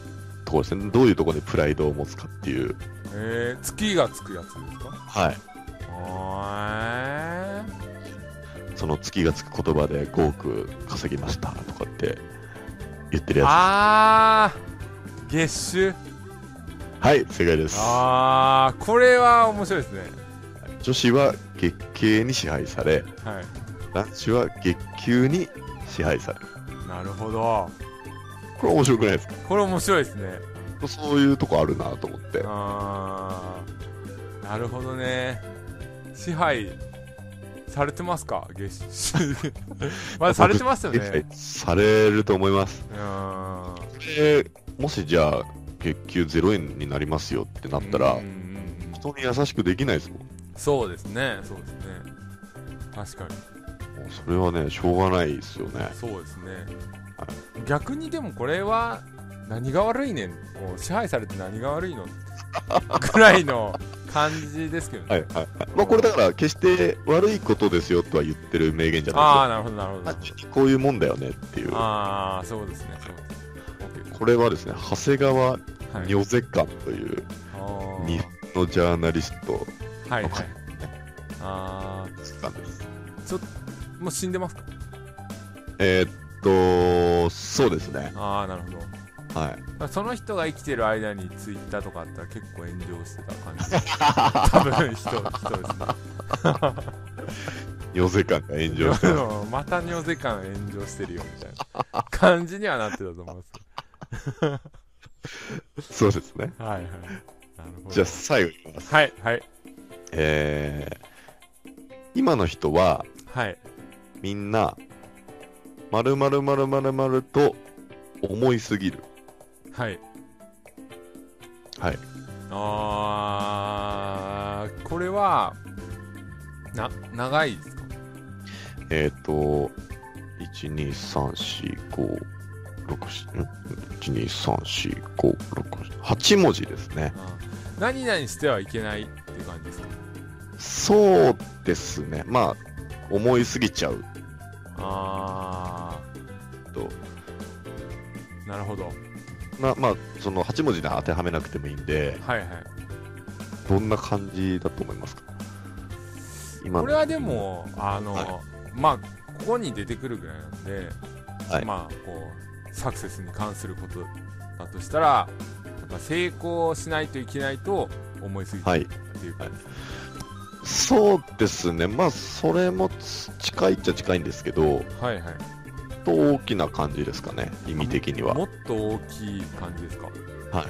[SPEAKER 1] ところですね。どういうところでプライドを持つかっていう。
[SPEAKER 2] えー、月がつくやつですか
[SPEAKER 1] はい。
[SPEAKER 2] あー
[SPEAKER 1] その月がつく言葉で5億稼ぎましたとかって言ってるや
[SPEAKER 2] あー月収
[SPEAKER 1] つ。はい、正解です。
[SPEAKER 2] あーこれは面白いですね
[SPEAKER 1] 女子は月経に支配され、
[SPEAKER 2] はい
[SPEAKER 1] 男子は月給に支配される。
[SPEAKER 2] なるほど
[SPEAKER 1] これ面白くないですか
[SPEAKER 2] これ面白いですね
[SPEAKER 1] そういうとこあるなと思って。
[SPEAKER 2] あーなるほどね支配されてますか月収 まあされてます よね
[SPEAKER 1] えされると思います。
[SPEAKER 2] うーん
[SPEAKER 1] えーもしじゃあ、月給0円になりますよってなったら、
[SPEAKER 2] うんうんうん
[SPEAKER 1] 人に優しくできないですもん。
[SPEAKER 2] そうですねそうですね確かに
[SPEAKER 1] もうそれはね、しょうがないですよね。
[SPEAKER 2] そうですね
[SPEAKER 1] は
[SPEAKER 2] 逆にでもこれは何が悪いねんもう支配されて何が 悪いのぐらいの感じですけどね、
[SPEAKER 1] はいはいはい。まあこれだから、決して悪いことですよとは言ってる名言じゃ
[SPEAKER 2] あ
[SPEAKER 1] な
[SPEAKER 2] あなるほどなるほど
[SPEAKER 1] いですよ。こういうもんだよねっていう。
[SPEAKER 2] ああそうですねそうですね
[SPEAKER 1] これはですね、長谷川
[SPEAKER 2] OK はい
[SPEAKER 1] ニョゼカンという
[SPEAKER 2] あー
[SPEAKER 1] 日本のジャーナリスト
[SPEAKER 2] はい
[SPEAKER 1] の
[SPEAKER 2] は
[SPEAKER 1] 方
[SPEAKER 2] いあ
[SPEAKER 1] なんです。
[SPEAKER 2] あもう死んでますか
[SPEAKER 1] えーっと、そうですね。
[SPEAKER 2] ああなるほど
[SPEAKER 1] はい。
[SPEAKER 2] まあその人が生きてる間にツイッターとかあったら結構炎上してた感じ多分人人ですね
[SPEAKER 1] ニョゼカンが炎 上して
[SPEAKER 2] でもまた尿ゼ感炎上してるよみたいな感じにはなってたと思います
[SPEAKER 1] そうですね。
[SPEAKER 2] はいはいなるほど
[SPEAKER 1] じゃあ最後いきます。
[SPEAKER 2] はいはい
[SPEAKER 1] えー、今の人は
[SPEAKER 2] はい
[SPEAKER 1] みんな、まるまるまるまるまると思いすぎる。
[SPEAKER 2] はい
[SPEAKER 1] はい
[SPEAKER 2] あーこれはな長いですか
[SPEAKER 1] えーっと、1、2、3、4、5、6、ん ?1、2、3、4、5、6、8文字ですね。
[SPEAKER 2] あー何々してはいけないっていう感じですか
[SPEAKER 1] そうですね。まあ、思いすぎちゃう
[SPEAKER 2] あ
[SPEAKER 1] と。
[SPEAKER 2] ーなるほどはい
[SPEAKER 1] まあ、まあ、その8文字で当てはめなくてもいいんで、
[SPEAKER 2] はい
[SPEAKER 1] どんな感じだと思いますか今の
[SPEAKER 2] これはで、もあの、
[SPEAKER 1] はい
[SPEAKER 2] まあここに出てくるぐらいなんで、
[SPEAKER 1] はい
[SPEAKER 2] まあこうサクセスに関することだとしたらやっぱ成功しないといけないと思いすぎて
[SPEAKER 1] は
[SPEAKER 2] る
[SPEAKER 1] い。
[SPEAKER 2] っていうか、
[SPEAKER 1] そうですね。まあ、それもつ近いっちゃ近いんですけど、
[SPEAKER 2] はい、はい
[SPEAKER 1] と大きな感じですかね。意味的には。
[SPEAKER 2] もっと大きい感じですか
[SPEAKER 1] はい。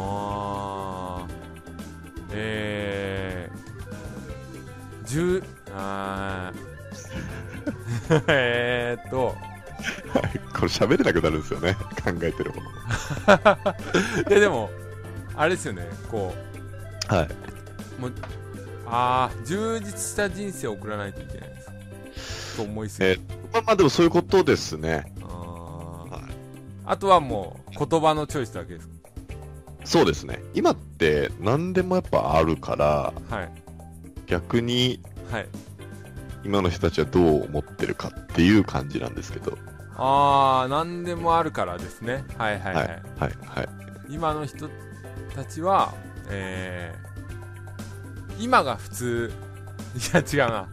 [SPEAKER 2] あーえー、10あー えーっと
[SPEAKER 1] これ喋れなくなるんですよね。 考えてる方。
[SPEAKER 2] い やでもあれですよねこう
[SPEAKER 1] はい。
[SPEAKER 2] ああ充実した人生を送らないといけないですと思いすぎて、
[SPEAKER 1] まあまあ、でもそういうことですね。
[SPEAKER 2] あー
[SPEAKER 1] はい
[SPEAKER 2] あとはもう言葉のチョイスだけです
[SPEAKER 1] そうですね。今って何でもやっぱあるから、
[SPEAKER 2] はい
[SPEAKER 1] 逆に
[SPEAKER 2] はい
[SPEAKER 1] 今の人たちはどう思ってるかっていう感じなんですけど。
[SPEAKER 2] ああ何でもあるからですねはいはいは
[SPEAKER 1] は
[SPEAKER 2] い、
[SPEAKER 1] いはい。はい。
[SPEAKER 2] 今の人たちはえー、今が普通いや違うな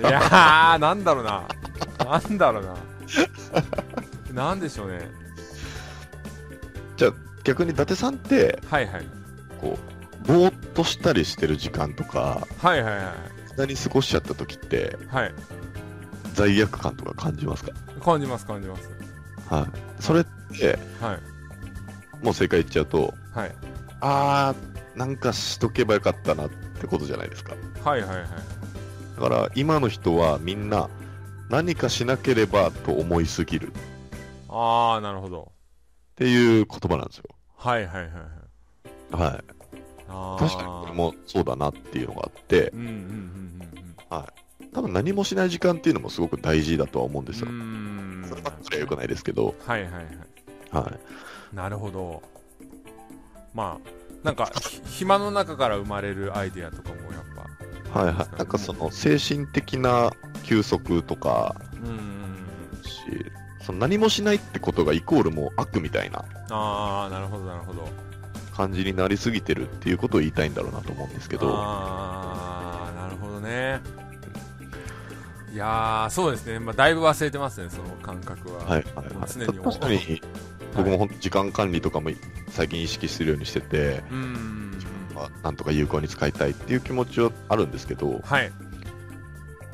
[SPEAKER 2] いやーなんだろうななんだろうななんでしょうね
[SPEAKER 1] じゃあ、逆に伊達さんって、
[SPEAKER 2] はいはい
[SPEAKER 1] こう、ぼーっとしたりしてる時間とか、
[SPEAKER 2] はいはいは
[SPEAKER 1] 無駄に過ごしちゃった時って、
[SPEAKER 2] いはい
[SPEAKER 1] 罪悪感とか感じますか
[SPEAKER 2] 感じます感じます
[SPEAKER 1] はい。それって、
[SPEAKER 2] はい
[SPEAKER 1] もう正解言っちゃうと、
[SPEAKER 2] はい
[SPEAKER 1] あー、なんかしとけばよかったなってことじゃないですか。
[SPEAKER 2] はいはいはい
[SPEAKER 1] だから、今の人はみんな、何かしなければと思いすぎるっ
[SPEAKER 2] ああなるほど
[SPEAKER 1] ていう言葉なんですよ。
[SPEAKER 2] はいはいはいはい
[SPEAKER 1] はい。
[SPEAKER 2] あー
[SPEAKER 1] 確かにこれもそうだなっていうのがあって
[SPEAKER 2] うんうんうんうん
[SPEAKER 1] 多分何もしない時間っていうのもすごく大事だとは思うん
[SPEAKER 2] う
[SPEAKER 1] ですよ、
[SPEAKER 2] んうーん
[SPEAKER 1] そればっかりはよくないですけど、
[SPEAKER 2] はいはいはい
[SPEAKER 1] は
[SPEAKER 2] なるほどまあなんかひ暇の中から生まれるアイデアとかもやっ
[SPEAKER 1] い、
[SPEAKER 2] ぱ
[SPEAKER 1] はいはいなんかその精神的な休息とか
[SPEAKER 2] うんうんうん
[SPEAKER 1] しその何もしないってことがイコールもう悪みたいな
[SPEAKER 2] ああなるほどなるほど
[SPEAKER 1] 感じになりすぎてるっていうことを言いたいんだろうなと思うんですけど
[SPEAKER 2] ああなるほどねいやー、そうですね、まあ、だいぶ忘れてますね、その感覚は。
[SPEAKER 1] はいはいはい、
[SPEAKER 2] 常に思う
[SPEAKER 1] 確かに僕も本当時間管理とかも最近意識するようにしてて、
[SPEAKER 2] うーん。
[SPEAKER 1] まあ、なんとか有効に使いたいっていう気持ちはあるんですけど
[SPEAKER 2] はい。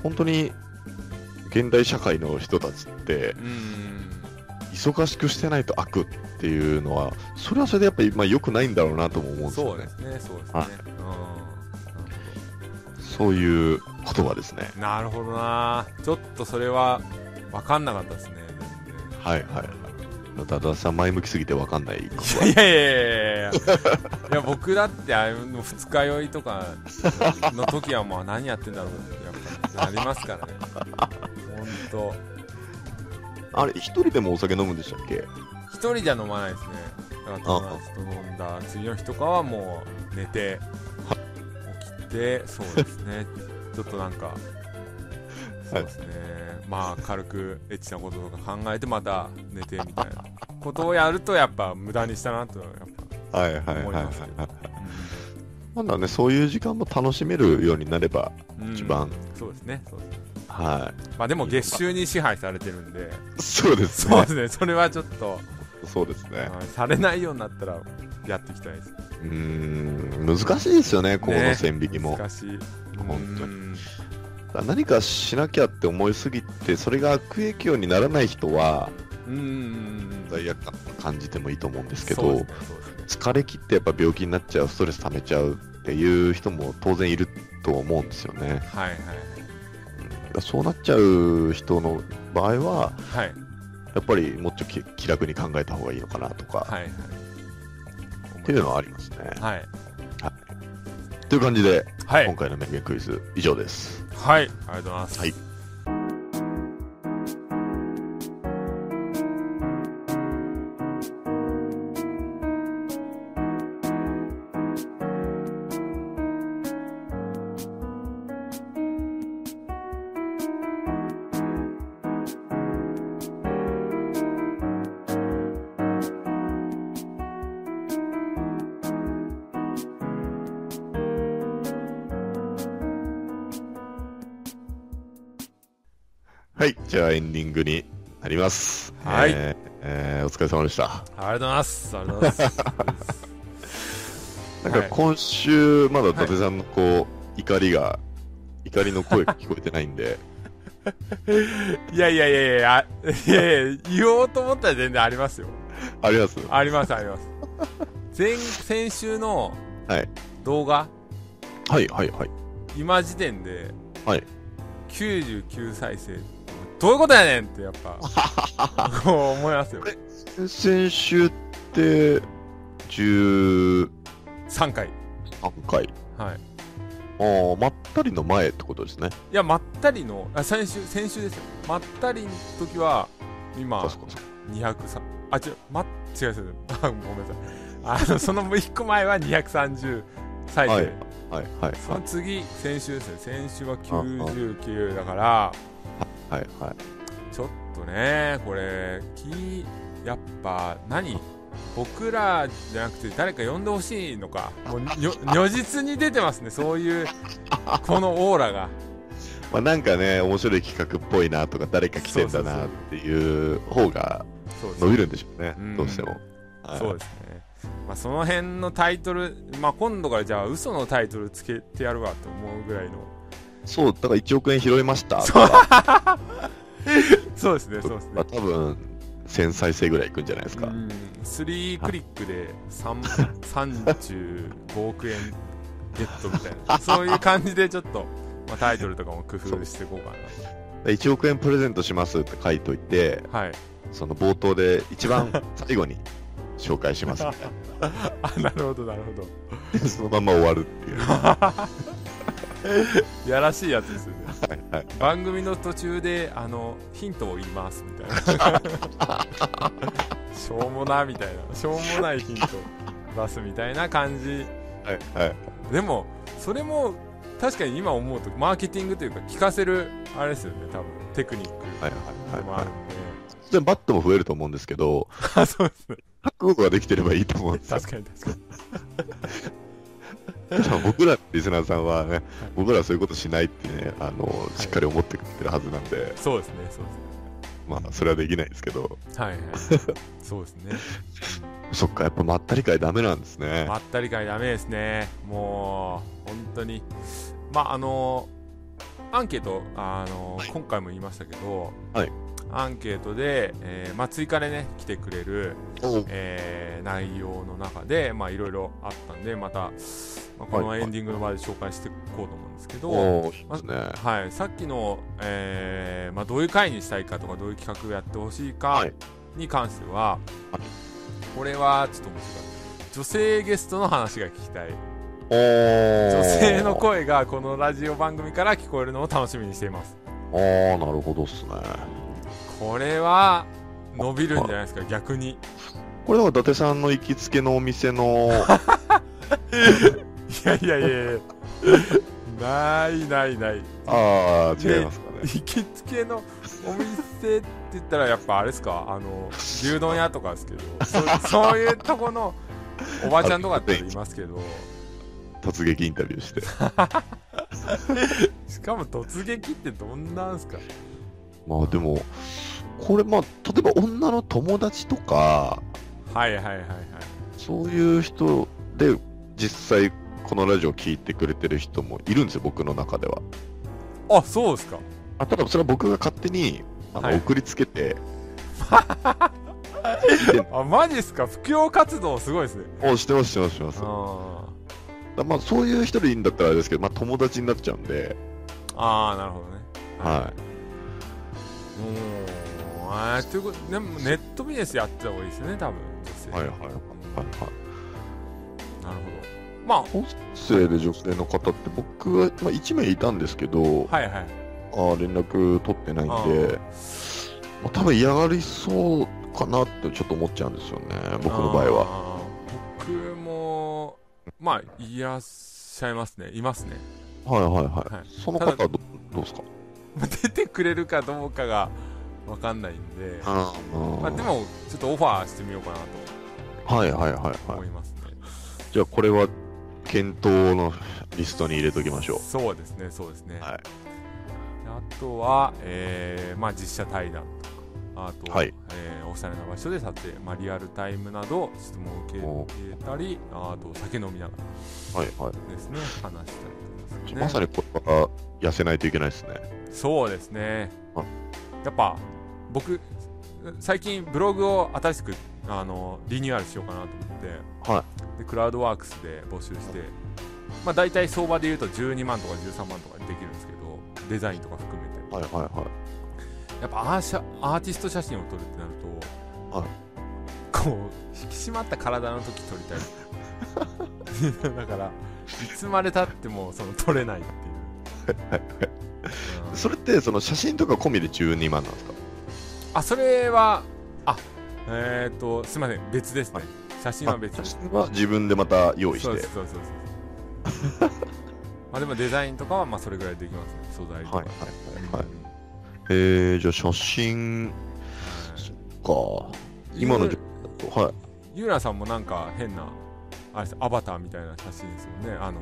[SPEAKER 1] 本当に現代社会の人たちって
[SPEAKER 2] うーん。
[SPEAKER 1] 忙しくしてないと悪っていうのはそれはそれでやっぱりまあ良くないんだろうなとも思うんです
[SPEAKER 2] そ
[SPEAKER 1] よ
[SPEAKER 2] う
[SPEAKER 1] ね
[SPEAKER 2] ですね、そうですね
[SPEAKER 1] はい。
[SPEAKER 2] うんなるほ
[SPEAKER 1] そういう言葉ですね
[SPEAKER 2] ど。なるほどなちょっとそれは、分かんなかったですね、
[SPEAKER 1] はいはいダダさん前向きすぎて分かんない
[SPEAKER 2] 全然いやいやいやいやいやいや僕だってあの二日酔いとかの時はもう何やってんだろうってやっぱ、なりますからね本当
[SPEAKER 1] あれ一人でもお酒飲むんでしたっけ
[SPEAKER 2] 一人じゃ飲まないですねだから友達と飲んだ次の日とかはもう寝て起きてそうです ねちょっとなんかそうですね、まあ軽くエッチなこととか考えてまた寝てみたいなことをやるとやっぱ無駄にしたなとやっ
[SPEAKER 1] はいはい
[SPEAKER 2] 思いますぱ、
[SPEAKER 1] なんだねそういう時間も楽しめるようになれば
[SPEAKER 2] うん
[SPEAKER 1] 一番
[SPEAKER 2] そうですねそうですね
[SPEAKER 1] は
[SPEAKER 2] まあでも月収に支配されてる んで
[SPEAKER 1] いそうです
[SPEAKER 2] そう
[SPEAKER 1] ね
[SPEAKER 2] ですねそれはちょっと、
[SPEAKER 1] そうですね
[SPEAKER 2] はいされないようになったらやっていきたいです
[SPEAKER 1] うーん難しいですよねここの線引きも、
[SPEAKER 2] 難しい
[SPEAKER 1] 本当に
[SPEAKER 2] うん
[SPEAKER 1] 何かしなきゃって思いすぎてそれが悪影響にならない人は
[SPEAKER 2] うんうんうんうん
[SPEAKER 1] 罪悪感を感じてもいいと思うんですけ
[SPEAKER 2] そ
[SPEAKER 1] ど
[SPEAKER 2] うですねそうですね
[SPEAKER 1] 疲れ切ってやっぱ病気になっちゃうストレス溜めちゃうっていう人も当然いると思うんですよね
[SPEAKER 2] は
[SPEAKER 1] だか
[SPEAKER 2] い
[SPEAKER 1] らそうなっちゃう人の場合は
[SPEAKER 2] はいはい
[SPEAKER 1] やっぱりもうちょっと気楽に考えた方がいいのかなとか、
[SPEAKER 2] はいはい
[SPEAKER 1] っていうのはありますね
[SPEAKER 2] はい
[SPEAKER 1] という感じで、
[SPEAKER 2] はい
[SPEAKER 1] 今回の名言クイズ以上です
[SPEAKER 2] はいありがとうございます
[SPEAKER 1] はいはいじゃあエンディングになります
[SPEAKER 2] はい
[SPEAKER 1] えーえーお疲れ様でした
[SPEAKER 2] ありがとうございますありがとうございま す
[SPEAKER 1] なんか
[SPEAKER 2] はい
[SPEAKER 1] 今週、まだ伊達さんのこう、怒りが、怒りの声が聞こえてないんで、
[SPEAKER 2] いやいやいやいやいやいや言おうと思ったら全然ありますよ
[SPEAKER 1] あります
[SPEAKER 2] ありますあります前先週の
[SPEAKER 1] はい
[SPEAKER 2] 動画
[SPEAKER 1] はいはいはい。
[SPEAKER 2] 今時点で
[SPEAKER 1] はい
[SPEAKER 2] 99再生どういうことやねんってやっ ぱこう思いますよ
[SPEAKER 1] 先週って、13
[SPEAKER 2] 3回
[SPEAKER 1] 回。
[SPEAKER 2] はい
[SPEAKER 1] ああ、まったりの前ってことですね。
[SPEAKER 2] いや、まったりの、あ先週、先週ですよ。まったりの時は、今
[SPEAKER 1] あ、そ、こそこ
[SPEAKER 2] 203、あ、違う、ま、違う 違う違う、あごめんなさい。あの、その1個前は230再生。
[SPEAKER 1] はいはいはい
[SPEAKER 2] そ
[SPEAKER 1] は
[SPEAKER 2] の
[SPEAKER 1] い
[SPEAKER 2] 次、先週ですね。先週は99だから、
[SPEAKER 1] はいはい。
[SPEAKER 2] ちょっとね、これ、き、やっぱ、何僕らじゃなくて誰か呼んでほしいのか。もう、にょ如実に出てますね。そういう、このオーラが。
[SPEAKER 1] まあなんかね、面白い企画っぽいなとか、誰か来てんだなっていう方が
[SPEAKER 2] そうです
[SPEAKER 1] 伸びるんでしょうね
[SPEAKER 2] うん、
[SPEAKER 1] どうしても。はい
[SPEAKER 2] そうですね、まあ、その辺のタイトル、まあ、今度からじゃあ嘘のタイトルつけてやるわと思うぐらいの
[SPEAKER 1] そう、だから1億円拾いましたと
[SPEAKER 2] そう
[SPEAKER 1] か、
[SPEAKER 2] そうですねそうです
[SPEAKER 1] ま
[SPEAKER 2] ね
[SPEAKER 1] あ多分、1000再生ぐらいいくんじゃないです
[SPEAKER 2] う
[SPEAKER 1] か。
[SPEAKER 2] ん3クリックで3 35億円ゲットみたいなそういう感じでちょっと、まあ、タイトルとかも工夫していこうか
[SPEAKER 1] 1億円プレゼントしますって書いといて、
[SPEAKER 2] なはい
[SPEAKER 1] その冒頭で一番最後に紹介しますみたい
[SPEAKER 2] あなるほどなるほど
[SPEAKER 1] な でそのまま終わるっていう。
[SPEAKER 2] やらしいやつですよね
[SPEAKER 1] はいはい
[SPEAKER 2] 番組の途中であのヒントを言いますみた いなしょうもなみたいなしょうもないヒント出すみたいな感じ
[SPEAKER 1] はいはい。
[SPEAKER 2] でもそれも確かに今思うとマーケティングというか聞かせるあれですよね多分テクニック
[SPEAKER 1] はいはい
[SPEAKER 2] でもあ
[SPEAKER 1] はい
[SPEAKER 2] るんで、
[SPEAKER 1] 当然バットも増えると思うんですけ ど、
[SPEAKER 2] あそうですね
[SPEAKER 1] 覚悟ができてればいいと思うんですよ。
[SPEAKER 2] 確かに確かに
[SPEAKER 1] ただ僕らリスナーさんはね、僕らはそういうことしないってね、あの、しっかり思ってくれてるはずなんで、
[SPEAKER 2] そうですね、そうですね。
[SPEAKER 1] まあ、それはできないですけど、
[SPEAKER 2] はいはい。そうですね。
[SPEAKER 1] そっか、やっぱまったり会ダメなんです ね。
[SPEAKER 2] まったり会ダメですね。もう、本当に。まあ、あの、アンケート、あの、
[SPEAKER 1] はい
[SPEAKER 2] 今回も言いましたけど、
[SPEAKER 1] はい
[SPEAKER 2] アンケートで、えーまあ、追加でね、来てくれる、
[SPEAKER 1] お
[SPEAKER 2] えー内容の中で、まあ、いろいろあったんで、また、まあこの
[SPEAKER 1] はい
[SPEAKER 2] エンディングの場で紹介していこうと思うんですけど、
[SPEAKER 1] おーいいですね。
[SPEAKER 2] はい、さっきの、えーまあ、どういう回にしたいかとかどういう企画をやってほしいか
[SPEAKER 1] はい
[SPEAKER 2] に関しては、これはちょっと面白い女性ゲストの話が聞きたい
[SPEAKER 1] おー
[SPEAKER 2] 女性の声がこのラジオ番組から聞こえるのを楽しみにしています
[SPEAKER 1] あー、なるほどっすね。
[SPEAKER 2] これは伸びるんじゃないですか逆に
[SPEAKER 1] これだから伊達さんの行きつけのお店 の、
[SPEAKER 2] いやいやいやいやないないない
[SPEAKER 1] あー、違いますかね。
[SPEAKER 2] 行きつけのお店って言ったらやっぱあれですかあの牛丼屋とかですけどそそういうとこのおばちゃんとかって言いますけど
[SPEAKER 1] 突撃インタビューして。
[SPEAKER 2] しかも突撃ってどんなんすか
[SPEAKER 1] まあでも、これまあ、例えば女の友達とか、
[SPEAKER 2] はいはいはいはい
[SPEAKER 1] そういう人で、実際、このラジオ聞いてくれてる人もいるんですよ、僕の中では。
[SPEAKER 2] あそうですか
[SPEAKER 1] あただ、それは僕が勝手にあの、
[SPEAKER 2] はい
[SPEAKER 1] 送りつけて、
[SPEAKER 2] あマジっすか布教活動すごいですね
[SPEAKER 1] おしてます、してます、してます。だか
[SPEAKER 2] あ
[SPEAKER 1] らまあ、そういう人でいいんだったらあれですけど、まあ、友達になっちゃうんで、
[SPEAKER 2] ーあーなるほどね
[SPEAKER 1] は
[SPEAKER 2] うーんあーということでもネットビジネスやってた方がいいですよね多分
[SPEAKER 1] い。
[SPEAKER 2] 女性
[SPEAKER 1] はい、はい、はい、はい。
[SPEAKER 2] なるほどま
[SPEAKER 1] 音声で女性の方って、僕は、まあ、1名いたんですけど、
[SPEAKER 2] あはいはい
[SPEAKER 1] あー連絡取ってないん
[SPEAKER 2] あ
[SPEAKER 1] で、まあ、多分嫌がりそうかなってちょっと思っちゃうんですよね、僕の場合は。
[SPEAKER 2] は僕もまあいらっしゃいますねいますね
[SPEAKER 1] はいはいはい。
[SPEAKER 2] はい
[SPEAKER 1] その方は
[SPEAKER 2] た
[SPEAKER 1] どどうですか
[SPEAKER 2] 出てくれるかどうかがわかんないんで
[SPEAKER 1] あー
[SPEAKER 2] まあ、でもちょっとオファーしてみようかなと
[SPEAKER 1] はいはいはいは
[SPEAKER 2] 思
[SPEAKER 1] い。
[SPEAKER 2] いますね、
[SPEAKER 1] じゃあこれは検討のリストに入れときましょ
[SPEAKER 2] そうですねそうですね、
[SPEAKER 1] はい
[SPEAKER 2] あとは、えーまあ、実写対談とかあと、
[SPEAKER 1] はい
[SPEAKER 2] えーおしゃれな場所で撮影、まあ、リアルタイムなど質問を受
[SPEAKER 1] お
[SPEAKER 2] けてたりあと酒飲みながら
[SPEAKER 1] う。はいはい。
[SPEAKER 2] ですね話したりとかですね
[SPEAKER 1] まさにこれは痩せないといけないですね。
[SPEAKER 2] そうですね
[SPEAKER 1] あ。
[SPEAKER 2] やっぱ、僕、最近ブログを新しく、あの、リニューアルしようかなと思って、
[SPEAKER 1] は
[SPEAKER 2] で、クラウドワークスで募集して、まあ大体相場で言うと12万とか13万とかでできるんですけど、デザインとか含めて。
[SPEAKER 1] はいはいはい。
[SPEAKER 2] やっぱアーシャアーティスト写真を撮るってなると、
[SPEAKER 1] はい
[SPEAKER 2] こう引き締まった体の時撮りたい だからいつまでたってもその撮れないっていう、うん
[SPEAKER 1] それってその写真とか込みで12万なんですか
[SPEAKER 2] あそれはあえっ、とすいません別ですね、写真は別
[SPEAKER 1] あ
[SPEAKER 2] で
[SPEAKER 1] 写
[SPEAKER 2] す
[SPEAKER 1] 真は自分でまた用意して。
[SPEAKER 2] そう
[SPEAKER 1] は
[SPEAKER 2] ですそうですそうです まあでもデザインとかはまあそれぐらいできますね素材
[SPEAKER 1] い
[SPEAKER 2] とか、
[SPEAKER 1] はいはいはい
[SPEAKER 2] うん。
[SPEAKER 1] えー、じゃあ写真か。
[SPEAKER 2] い
[SPEAKER 1] 今の
[SPEAKER 2] ゆ
[SPEAKER 1] 状況はい。
[SPEAKER 2] ゆうらさんもなんか変なあれですアバターみたいな写真ですもんねあの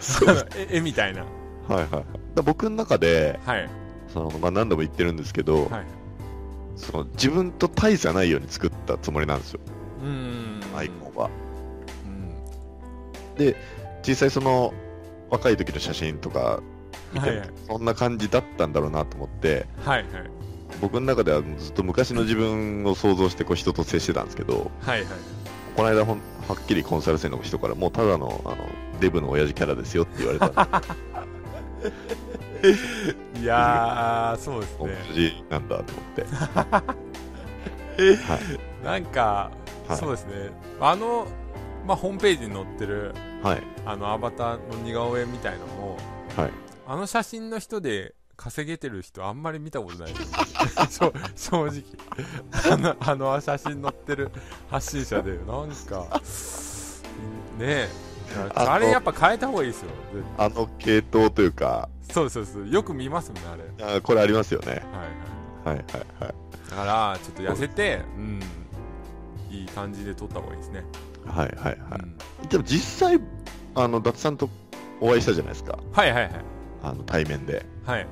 [SPEAKER 1] そうです
[SPEAKER 2] 絵絵みたいな
[SPEAKER 1] はいはいはい。だから僕の中で、
[SPEAKER 2] はい
[SPEAKER 1] そのまあ、何度も言ってるんですけど、
[SPEAKER 2] はい
[SPEAKER 1] その自分と大差ないように作ったつもりなんですよ、
[SPEAKER 2] うーん
[SPEAKER 1] アイコンは。
[SPEAKER 2] うん
[SPEAKER 1] 実際その若い時の写真とか見
[SPEAKER 2] は
[SPEAKER 1] て
[SPEAKER 2] い
[SPEAKER 1] も
[SPEAKER 2] はい
[SPEAKER 1] そんな感じだったんだろうなと思って、
[SPEAKER 2] はいはい
[SPEAKER 1] 僕の中ではずっと昔の自分を想像してこう人と接してたんですけど、
[SPEAKER 2] はいはい
[SPEAKER 1] この間ほんはっきりコンサル生の人からもうただのあのデブの親父キャラですよって言われたんで
[SPEAKER 2] いやーそうです
[SPEAKER 1] 同
[SPEAKER 2] ね
[SPEAKER 1] じなんだと思って。
[SPEAKER 2] なんか、
[SPEAKER 1] はい
[SPEAKER 2] そうですねあの、まあ、ホームページに載ってる
[SPEAKER 1] はい。
[SPEAKER 2] あのアバターの似顔絵みたいなのも
[SPEAKER 1] はい。
[SPEAKER 2] あの写真の人で稼げてる人あんまり見たことないです そう正直あのあの写真載ってる発信者でなんかねえ
[SPEAKER 1] あの
[SPEAKER 2] あれやっぱ変えた方がいいですよ絶
[SPEAKER 1] あの系統というか、
[SPEAKER 2] そうですそうですよく見ますもんねあれ、はい
[SPEAKER 1] あこれありますよね。
[SPEAKER 2] はい、
[SPEAKER 1] はいはいはい。
[SPEAKER 2] だからちょっと痩せてうんいい感じで撮った方がいいですね、
[SPEAKER 1] はいはいはい。
[SPEAKER 2] うん
[SPEAKER 1] でも実際あの、伊達さんとお会いしたじゃないですか。
[SPEAKER 2] はいはいはい
[SPEAKER 1] あの、対面で。
[SPEAKER 2] はい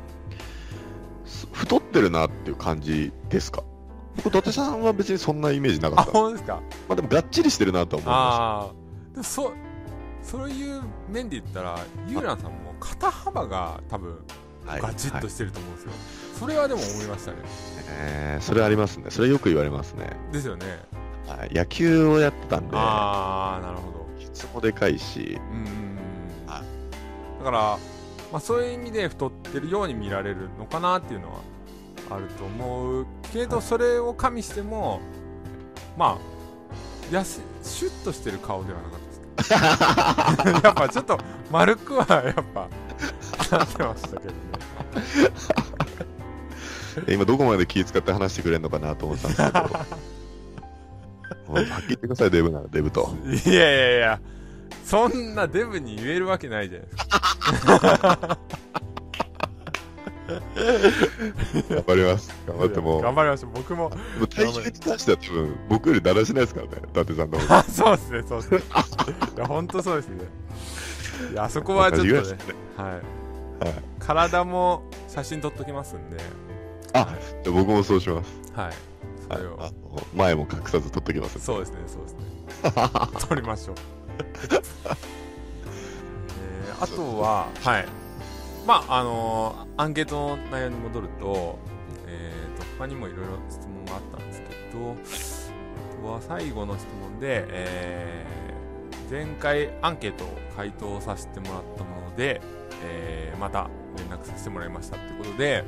[SPEAKER 1] す太ってるなっていう感じですか僕、伊達さんは別にそんなイメージなか
[SPEAKER 2] あ
[SPEAKER 1] った。ま
[SPEAKER 2] 本当ですか
[SPEAKER 1] あでも、がっちりしてるなとは思いま
[SPEAKER 2] ああでもそそういう面で言ったらゆうらんさんも肩幅が多分
[SPEAKER 1] した。はい
[SPEAKER 2] ガチッ
[SPEAKER 1] は
[SPEAKER 2] と
[SPEAKER 1] い
[SPEAKER 2] してると思うんですよ、それはでも思いましたね
[SPEAKER 1] えーそれありますね。それよく言われますね。
[SPEAKER 2] ですよね
[SPEAKER 1] はい、野球をやってたんで、
[SPEAKER 2] ああなるほど
[SPEAKER 1] いつもでかいし、
[SPEAKER 2] うんうんうん
[SPEAKER 1] は
[SPEAKER 2] だから、まあ、そういう意味で太ってるように見られるのかなっていうのはあると思うけどそれを加味してもまあやせシュッとしてる顔ではなかったです やっぱちょっと丸くはやっぱなってましたけどね
[SPEAKER 1] え今どこまで気使って話してくれるのかなと思ってたんですけ ど、もうはっきり言ってください、デブならデブと。
[SPEAKER 2] いやいやいやそんなデブに言えるわけないじゃないですか
[SPEAKER 1] 頑張ります。頑張っても、
[SPEAKER 2] 頑張りましょう僕も
[SPEAKER 1] もう体重に関しては多分、僕よりだらしないですからね、伊達さんの方が。
[SPEAKER 2] あそうですねそうですねいや本当そうですねいやあそこはちょっとねはい、
[SPEAKER 1] はい
[SPEAKER 2] 体も写真撮っときますんで、
[SPEAKER 1] あ、じゃあ僕もそうします。
[SPEAKER 2] はい、そ
[SPEAKER 1] はい
[SPEAKER 2] れを
[SPEAKER 1] あの前も隠さず取っときます。
[SPEAKER 2] そうですねそうですね 撮りましょう、 えーあとははいまああのーアンケートの内容に戻ると,、えー、と他にもいろいろ質問があったんですけどあとは最後の質問で、えー前回アンケートを回答させてもらったもので、えーまた連絡させてもらいましたということで、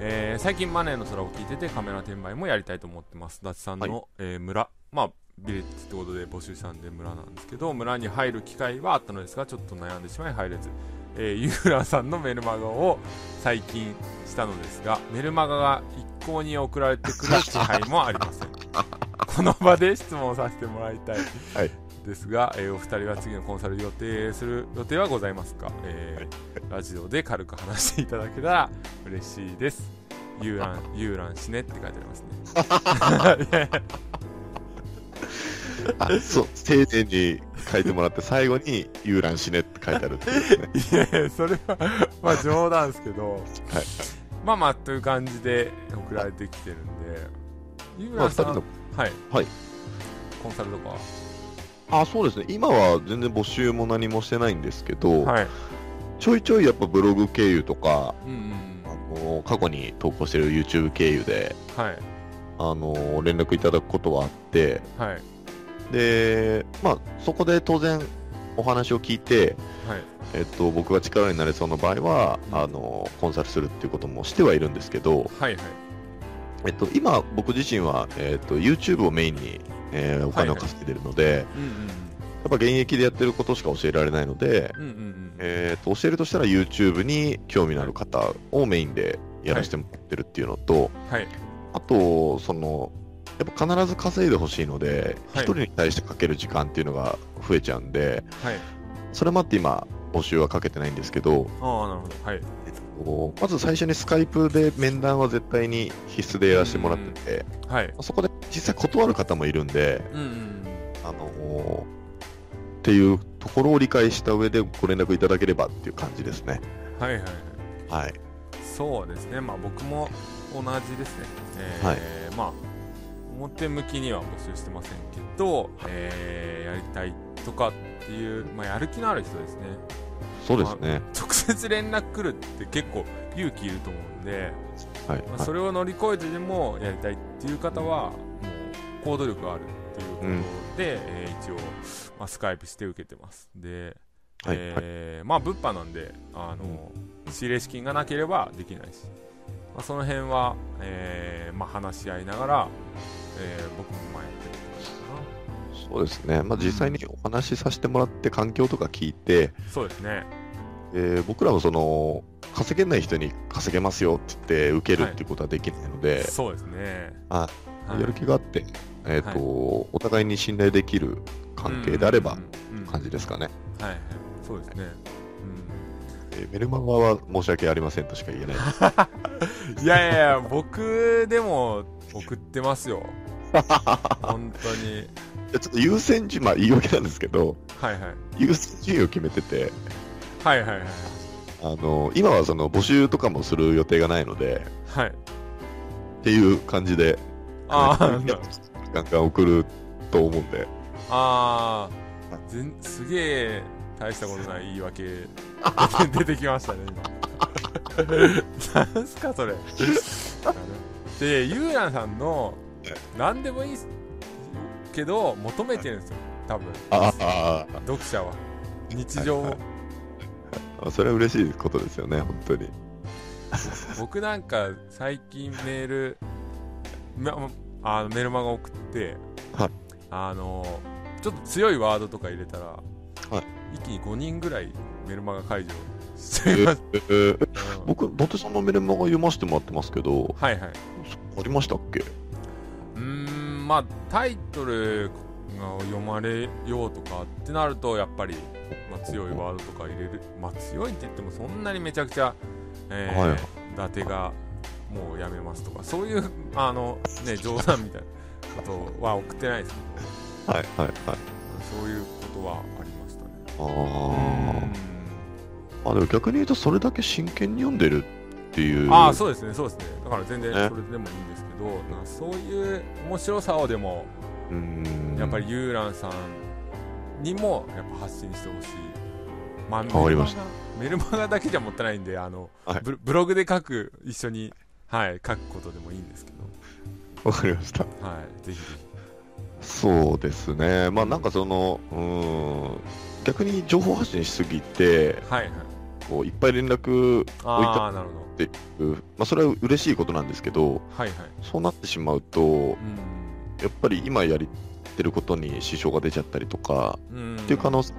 [SPEAKER 2] えー最近マネーの空を聞いててカメラ転売もやりたいと思ってますダチさんの、
[SPEAKER 1] は
[SPEAKER 2] えー村まあビレッジってことで募集したんで村なんですけど村に入る機会はあったのですがちょっと悩んでしまい入れず、えー、 ユーラさんのメルマガを最近したのですがメルマガが一向に送られてくる気配もありま せんこの場で質問させてもらいたい
[SPEAKER 1] はい
[SPEAKER 2] ですが、えーお二人は次のコンサル予定する予定はございますか、えーラジオで軽く話していただけたら嬉しいですユーラ ンユーランしねって書いてありますねいや いや
[SPEAKER 1] あ、そう、丁寧に書いてもらって、最後に遊覧しねって書いて あるっていうね。
[SPEAKER 2] いやいやそれはまあ冗談ですけど、まあまあという感じで送られてきてるんで井
[SPEAKER 1] まあ、
[SPEAKER 2] 村
[SPEAKER 1] 二
[SPEAKER 2] さ
[SPEAKER 1] 人
[SPEAKER 2] ん、
[SPEAKER 1] の。
[SPEAKER 2] はい、
[SPEAKER 1] はい
[SPEAKER 2] コンサルとか
[SPEAKER 1] あ、そうですね。今は全然募集も何もしてないんですけど、
[SPEAKER 2] はい
[SPEAKER 1] ちょいちょいやっぱブログ経由とか、
[SPEAKER 2] うんうん
[SPEAKER 1] あの過去に投稿してる YouTube 経由で、
[SPEAKER 2] うんはい
[SPEAKER 1] あの連絡いただくことはあって、
[SPEAKER 2] はいはい
[SPEAKER 1] で、まあ、そこで当然お話を聞いて、えっと、僕が力になれそうな場合は、
[SPEAKER 2] うん
[SPEAKER 1] あのコンサルするっていうこともしてはいるんですけど、
[SPEAKER 2] はいはい
[SPEAKER 1] えっと、今僕自身は、えっと、YouTube をメインに、えーお金を稼いでるので、や
[SPEAKER 2] うん
[SPEAKER 1] っぱ現役でやってることしか教えられないので、
[SPEAKER 2] うんうんうんうんうん
[SPEAKER 1] えっと教えるとしたら YouTube に興味のある方をメインでやらせてもらってるっていうのと、
[SPEAKER 2] はい
[SPEAKER 1] あと、その、やっぱ必ず稼いでほしいので、一、
[SPEAKER 2] はい
[SPEAKER 1] 人に対してかける時間っていうのが増えちゃうんで、
[SPEAKER 2] はい
[SPEAKER 1] それもあって今、募集はかけてないんですけど、
[SPEAKER 2] ああなるほどはい
[SPEAKER 1] こうまず最初にスカイプで面談は絶対に必須でやらせてもらってて、
[SPEAKER 2] はい
[SPEAKER 1] そこで実際断る方もいるんで、
[SPEAKER 2] うんうんうん
[SPEAKER 1] あのーっていうところを理解した上でご連絡いただければっていう感じですね。
[SPEAKER 2] はいはいはい
[SPEAKER 1] はい。
[SPEAKER 2] そうですね、まあ、僕も同じですね、えー
[SPEAKER 1] はい
[SPEAKER 2] まあ、表向きには募集してませんけど、えーやりたいとかっていう、まあ、やる気のある人ですね、
[SPEAKER 1] そうですね。
[SPEAKER 2] 直接連絡来るって結構勇気いると思うんで、
[SPEAKER 1] はい。
[SPEAKER 2] まあ、
[SPEAKER 1] はい
[SPEAKER 2] それを乗り越えてでもやりたいっていう方は、もう行動力があるっていうことで、えー一応、まあ、スカイプして受けてます。で
[SPEAKER 1] はい。はい。
[SPEAKER 2] えーまあ物販なんであの、仕入れ資金がなければできないし、まあ、その辺は、えーまあ、話し合いながら、えー僕もまあやってるの
[SPEAKER 1] そうですね。まあ実際にお話しさせてもらって環境とか聞いて、
[SPEAKER 2] かなそうですね
[SPEAKER 1] えー僕らもその稼げない人に稼げますよって言って受けるっていうことはできないので、
[SPEAKER 2] そうですね
[SPEAKER 1] あ
[SPEAKER 2] はい
[SPEAKER 1] やる気があって、えーとお互いに信頼できる関係であれば、
[SPEAKER 2] うんうんうんうん
[SPEAKER 1] 感じですかね、
[SPEAKER 2] はいはいそうですね、
[SPEAKER 1] えーメルマガは申し訳ありませんとし か言えない
[SPEAKER 2] うん、いやいやいや僕でも送ってますよ本当に
[SPEAKER 1] やちょっと優先順位、まあ言い訳なんですけど、
[SPEAKER 2] はいはい
[SPEAKER 1] 優先順位を決めてて、
[SPEAKER 2] はいはいはい
[SPEAKER 1] あの、今はその募集とかもする予定がないので、
[SPEAKER 2] はい
[SPEAKER 1] っていう感じで、
[SPEAKER 2] あ
[SPEAKER 1] ね
[SPEAKER 2] ーな
[SPEAKER 1] ガンガン送ると思うんで、
[SPEAKER 2] あー全すげえ大したことない言い訳 出てきましたね今なんすかそれでゆうやんさんの何でもいいっすけど求めてるんですよ多分
[SPEAKER 1] あああ
[SPEAKER 2] 読者は日常を、
[SPEAKER 1] はいはいあ、それは嬉しいことですよね、本当に。
[SPEAKER 2] 僕なんか最近メール、ま、あのメルマガ送って、
[SPEAKER 1] はい
[SPEAKER 2] あのちょっと強いワードとか入れたら、
[SPEAKER 1] は
[SPEAKER 2] 一気に5人ぐらいメルマガ解除し
[SPEAKER 1] え
[SPEAKER 2] てます、
[SPEAKER 1] ー
[SPEAKER 2] うん
[SPEAKER 1] 僕、伊達さんのメルマガ読ませてもらってますけど、
[SPEAKER 2] はいはい
[SPEAKER 1] ありましたっけ
[SPEAKER 2] うーんまあタイトルが読まれようとかってなるとやっぱり、まあ、強いワードとか入れるまあ強いって言ってもそんなにめちゃくちゃ、えー
[SPEAKER 1] はい
[SPEAKER 2] 伊達がもうやめますとかそういうあのね冗談みたいなことは送ってないですけど
[SPEAKER 1] はいはいはい。
[SPEAKER 2] そういうことはありましたね
[SPEAKER 1] あーあ、でも逆に言うと、それだけ真剣に読んでるっていう。
[SPEAKER 2] うんああそうですねそうですねだから全然
[SPEAKER 1] ね
[SPEAKER 2] それでもいいんですけど、なんかそういう面白さをでも
[SPEAKER 1] うーん
[SPEAKER 2] やっぱりユーランさんにもやっぱ発信してほしい。まあ、
[SPEAKER 1] わかりました
[SPEAKER 2] メルマガメルマガだけじゃもったいないんで、あの、
[SPEAKER 1] はい
[SPEAKER 2] ブブログで書く、一緒に、はい、書くことでもいいんですけ
[SPEAKER 1] わかりました。
[SPEAKER 2] ど、はい、ぜひぜ
[SPEAKER 1] そうですね。まあなんかその、うーん、逆に情報発信しすぎて、
[SPEAKER 2] ひ。はい、はい。
[SPEAKER 1] こういっぱい連絡、
[SPEAKER 2] ああ、なるほど。
[SPEAKER 1] うまあそれは嬉しいことなんですけど、
[SPEAKER 2] はい、はい。
[SPEAKER 1] そうなってしまうと、
[SPEAKER 2] うん
[SPEAKER 1] やっぱり今やりてることに支障が出ちゃったりとか、。
[SPEAKER 2] うん。
[SPEAKER 1] っていう可能性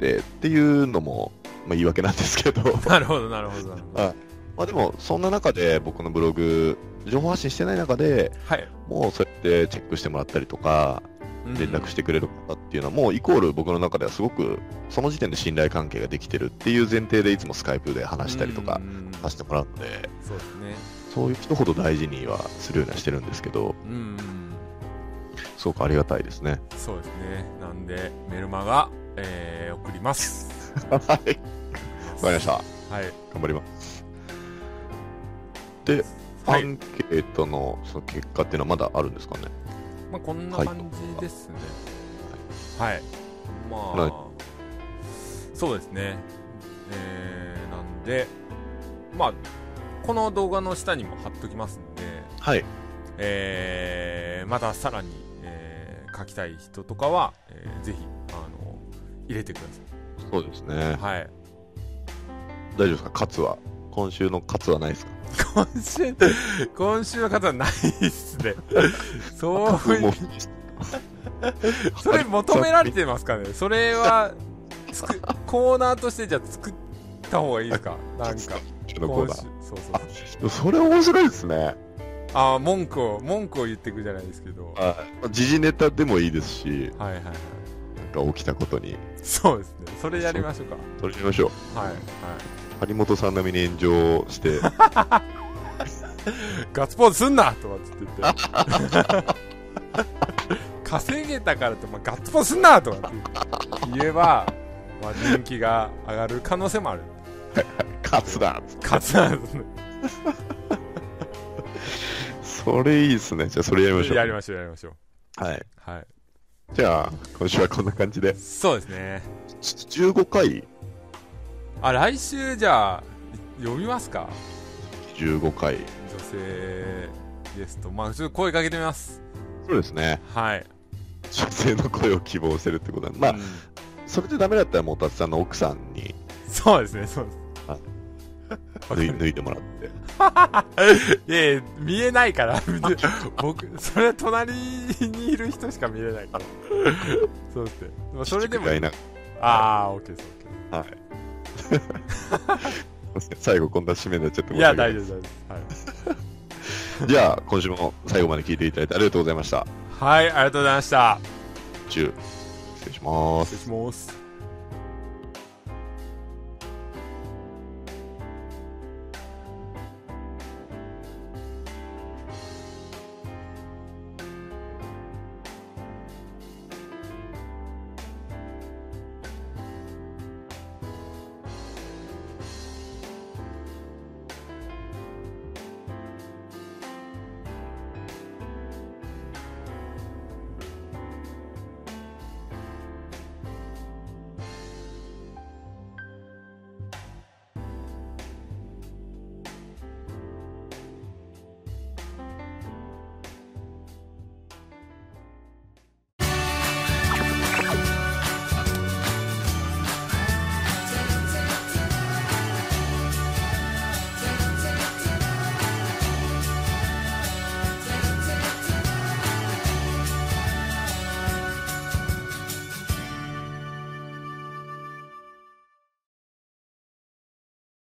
[SPEAKER 1] でっていうのも、まあ、言い訳なんですけど、
[SPEAKER 2] なるほど、なるほど、なるほど。
[SPEAKER 1] あまあでも、そんな中で僕のブログ、情報発信してない中で
[SPEAKER 2] はい。
[SPEAKER 1] もうそうやってチェックしてもらったりとか、
[SPEAKER 2] うん
[SPEAKER 1] 連絡してくれる方っていうのは、もうイコール僕の中ではすごく、その時点で信頼関係ができてるっていう前提でいつもスカイプで話したりとか
[SPEAKER 2] う、ん
[SPEAKER 1] させてもらうので、
[SPEAKER 2] そうですね。
[SPEAKER 1] そういう人ほど大事にはするようにはしてるんですけど、
[SPEAKER 2] うん。
[SPEAKER 1] すごくありがたいですね。
[SPEAKER 2] そうですね。なんで、メルマガ、えー、送ります。
[SPEAKER 1] はい。わかりました。
[SPEAKER 2] はい。
[SPEAKER 1] 頑張ります。で、
[SPEAKER 2] は
[SPEAKER 1] ア
[SPEAKER 2] い。
[SPEAKER 1] ンケートのその結果っていうのはまだあるんですかね
[SPEAKER 2] まあ、こんな感じですね。はい。ま
[SPEAKER 1] は
[SPEAKER 2] あ、
[SPEAKER 1] い
[SPEAKER 2] そうですね。えー、なんで、まあ、この動画の下にも貼っときますんで、
[SPEAKER 1] はい。
[SPEAKER 2] えー、またさらに、えー書きたい人とかは、えーぜひ、あの、入れてくだ
[SPEAKER 1] そうですね。
[SPEAKER 2] さい。 はい。
[SPEAKER 1] 大丈夫ですかカツは。今週のカツはないですか
[SPEAKER 2] 今週、今週の方はないっす ね。そう
[SPEAKER 1] カツも
[SPEAKER 2] それ求められてますかねそれはつ くコーナーとしてじゃあ作った方がいいですかなんか
[SPEAKER 1] 今週のコーナ
[SPEAKER 2] 今週そうそうそ
[SPEAKER 1] ーそ
[SPEAKER 2] う
[SPEAKER 1] れ面白いですね。
[SPEAKER 2] ああ文句を文句を言ってくじゃないですけどは
[SPEAKER 1] はい。時事ネタでもいいですし、
[SPEAKER 2] いはいはい
[SPEAKER 1] なんか起きたことに
[SPEAKER 2] そうですねそれやりましょうか
[SPEAKER 1] 取りましょう。
[SPEAKER 2] はいはい
[SPEAKER 1] 張本さん並みに炎上して、
[SPEAKER 2] ガッツポーズすんなとかっつって言って 稼げたからって、まあ、ガッツポーズすんなとかって言えば、まあ、人気が上がる可能性もある
[SPEAKER 1] カツだ っつって
[SPEAKER 2] 勝つなんですね
[SPEAKER 1] それいいですね。じゃあそれやりましょう。
[SPEAKER 2] やりましょうやりましょう
[SPEAKER 1] はい。
[SPEAKER 2] はい
[SPEAKER 1] じゃあ、今週はこんな感じで。
[SPEAKER 2] そうですね
[SPEAKER 1] 15回
[SPEAKER 2] あ来週じゃあ読みますか
[SPEAKER 1] ?15 回。
[SPEAKER 2] 女性ゲストまあちょっと声かけてみます
[SPEAKER 1] そうですね。
[SPEAKER 2] はい
[SPEAKER 1] 女性の声を希望してるってことなんでまあ、
[SPEAKER 2] うん
[SPEAKER 1] それでダメだったらもう達さんの奥さんに
[SPEAKER 2] そうですねそうです
[SPEAKER 1] あ
[SPEAKER 2] わ
[SPEAKER 1] 抜い抜いてもらって
[SPEAKER 2] いやいや見えないから 僕それは隣にいる人しか見れないからそうですね、まあ、それでも
[SPEAKER 1] ちょっと一回な
[SPEAKER 2] ああ OK です OK
[SPEAKER 1] はい 最後こんな締めになっちゃって申
[SPEAKER 2] ですい
[SPEAKER 1] し
[SPEAKER 2] や
[SPEAKER 1] 訳な
[SPEAKER 2] 大丈夫です大丈夫です
[SPEAKER 1] じゃあ今週も最後まで聞いていただいてありがとうございました
[SPEAKER 2] はい、はい、ありがとうございました
[SPEAKER 1] 中失礼します
[SPEAKER 2] 失礼します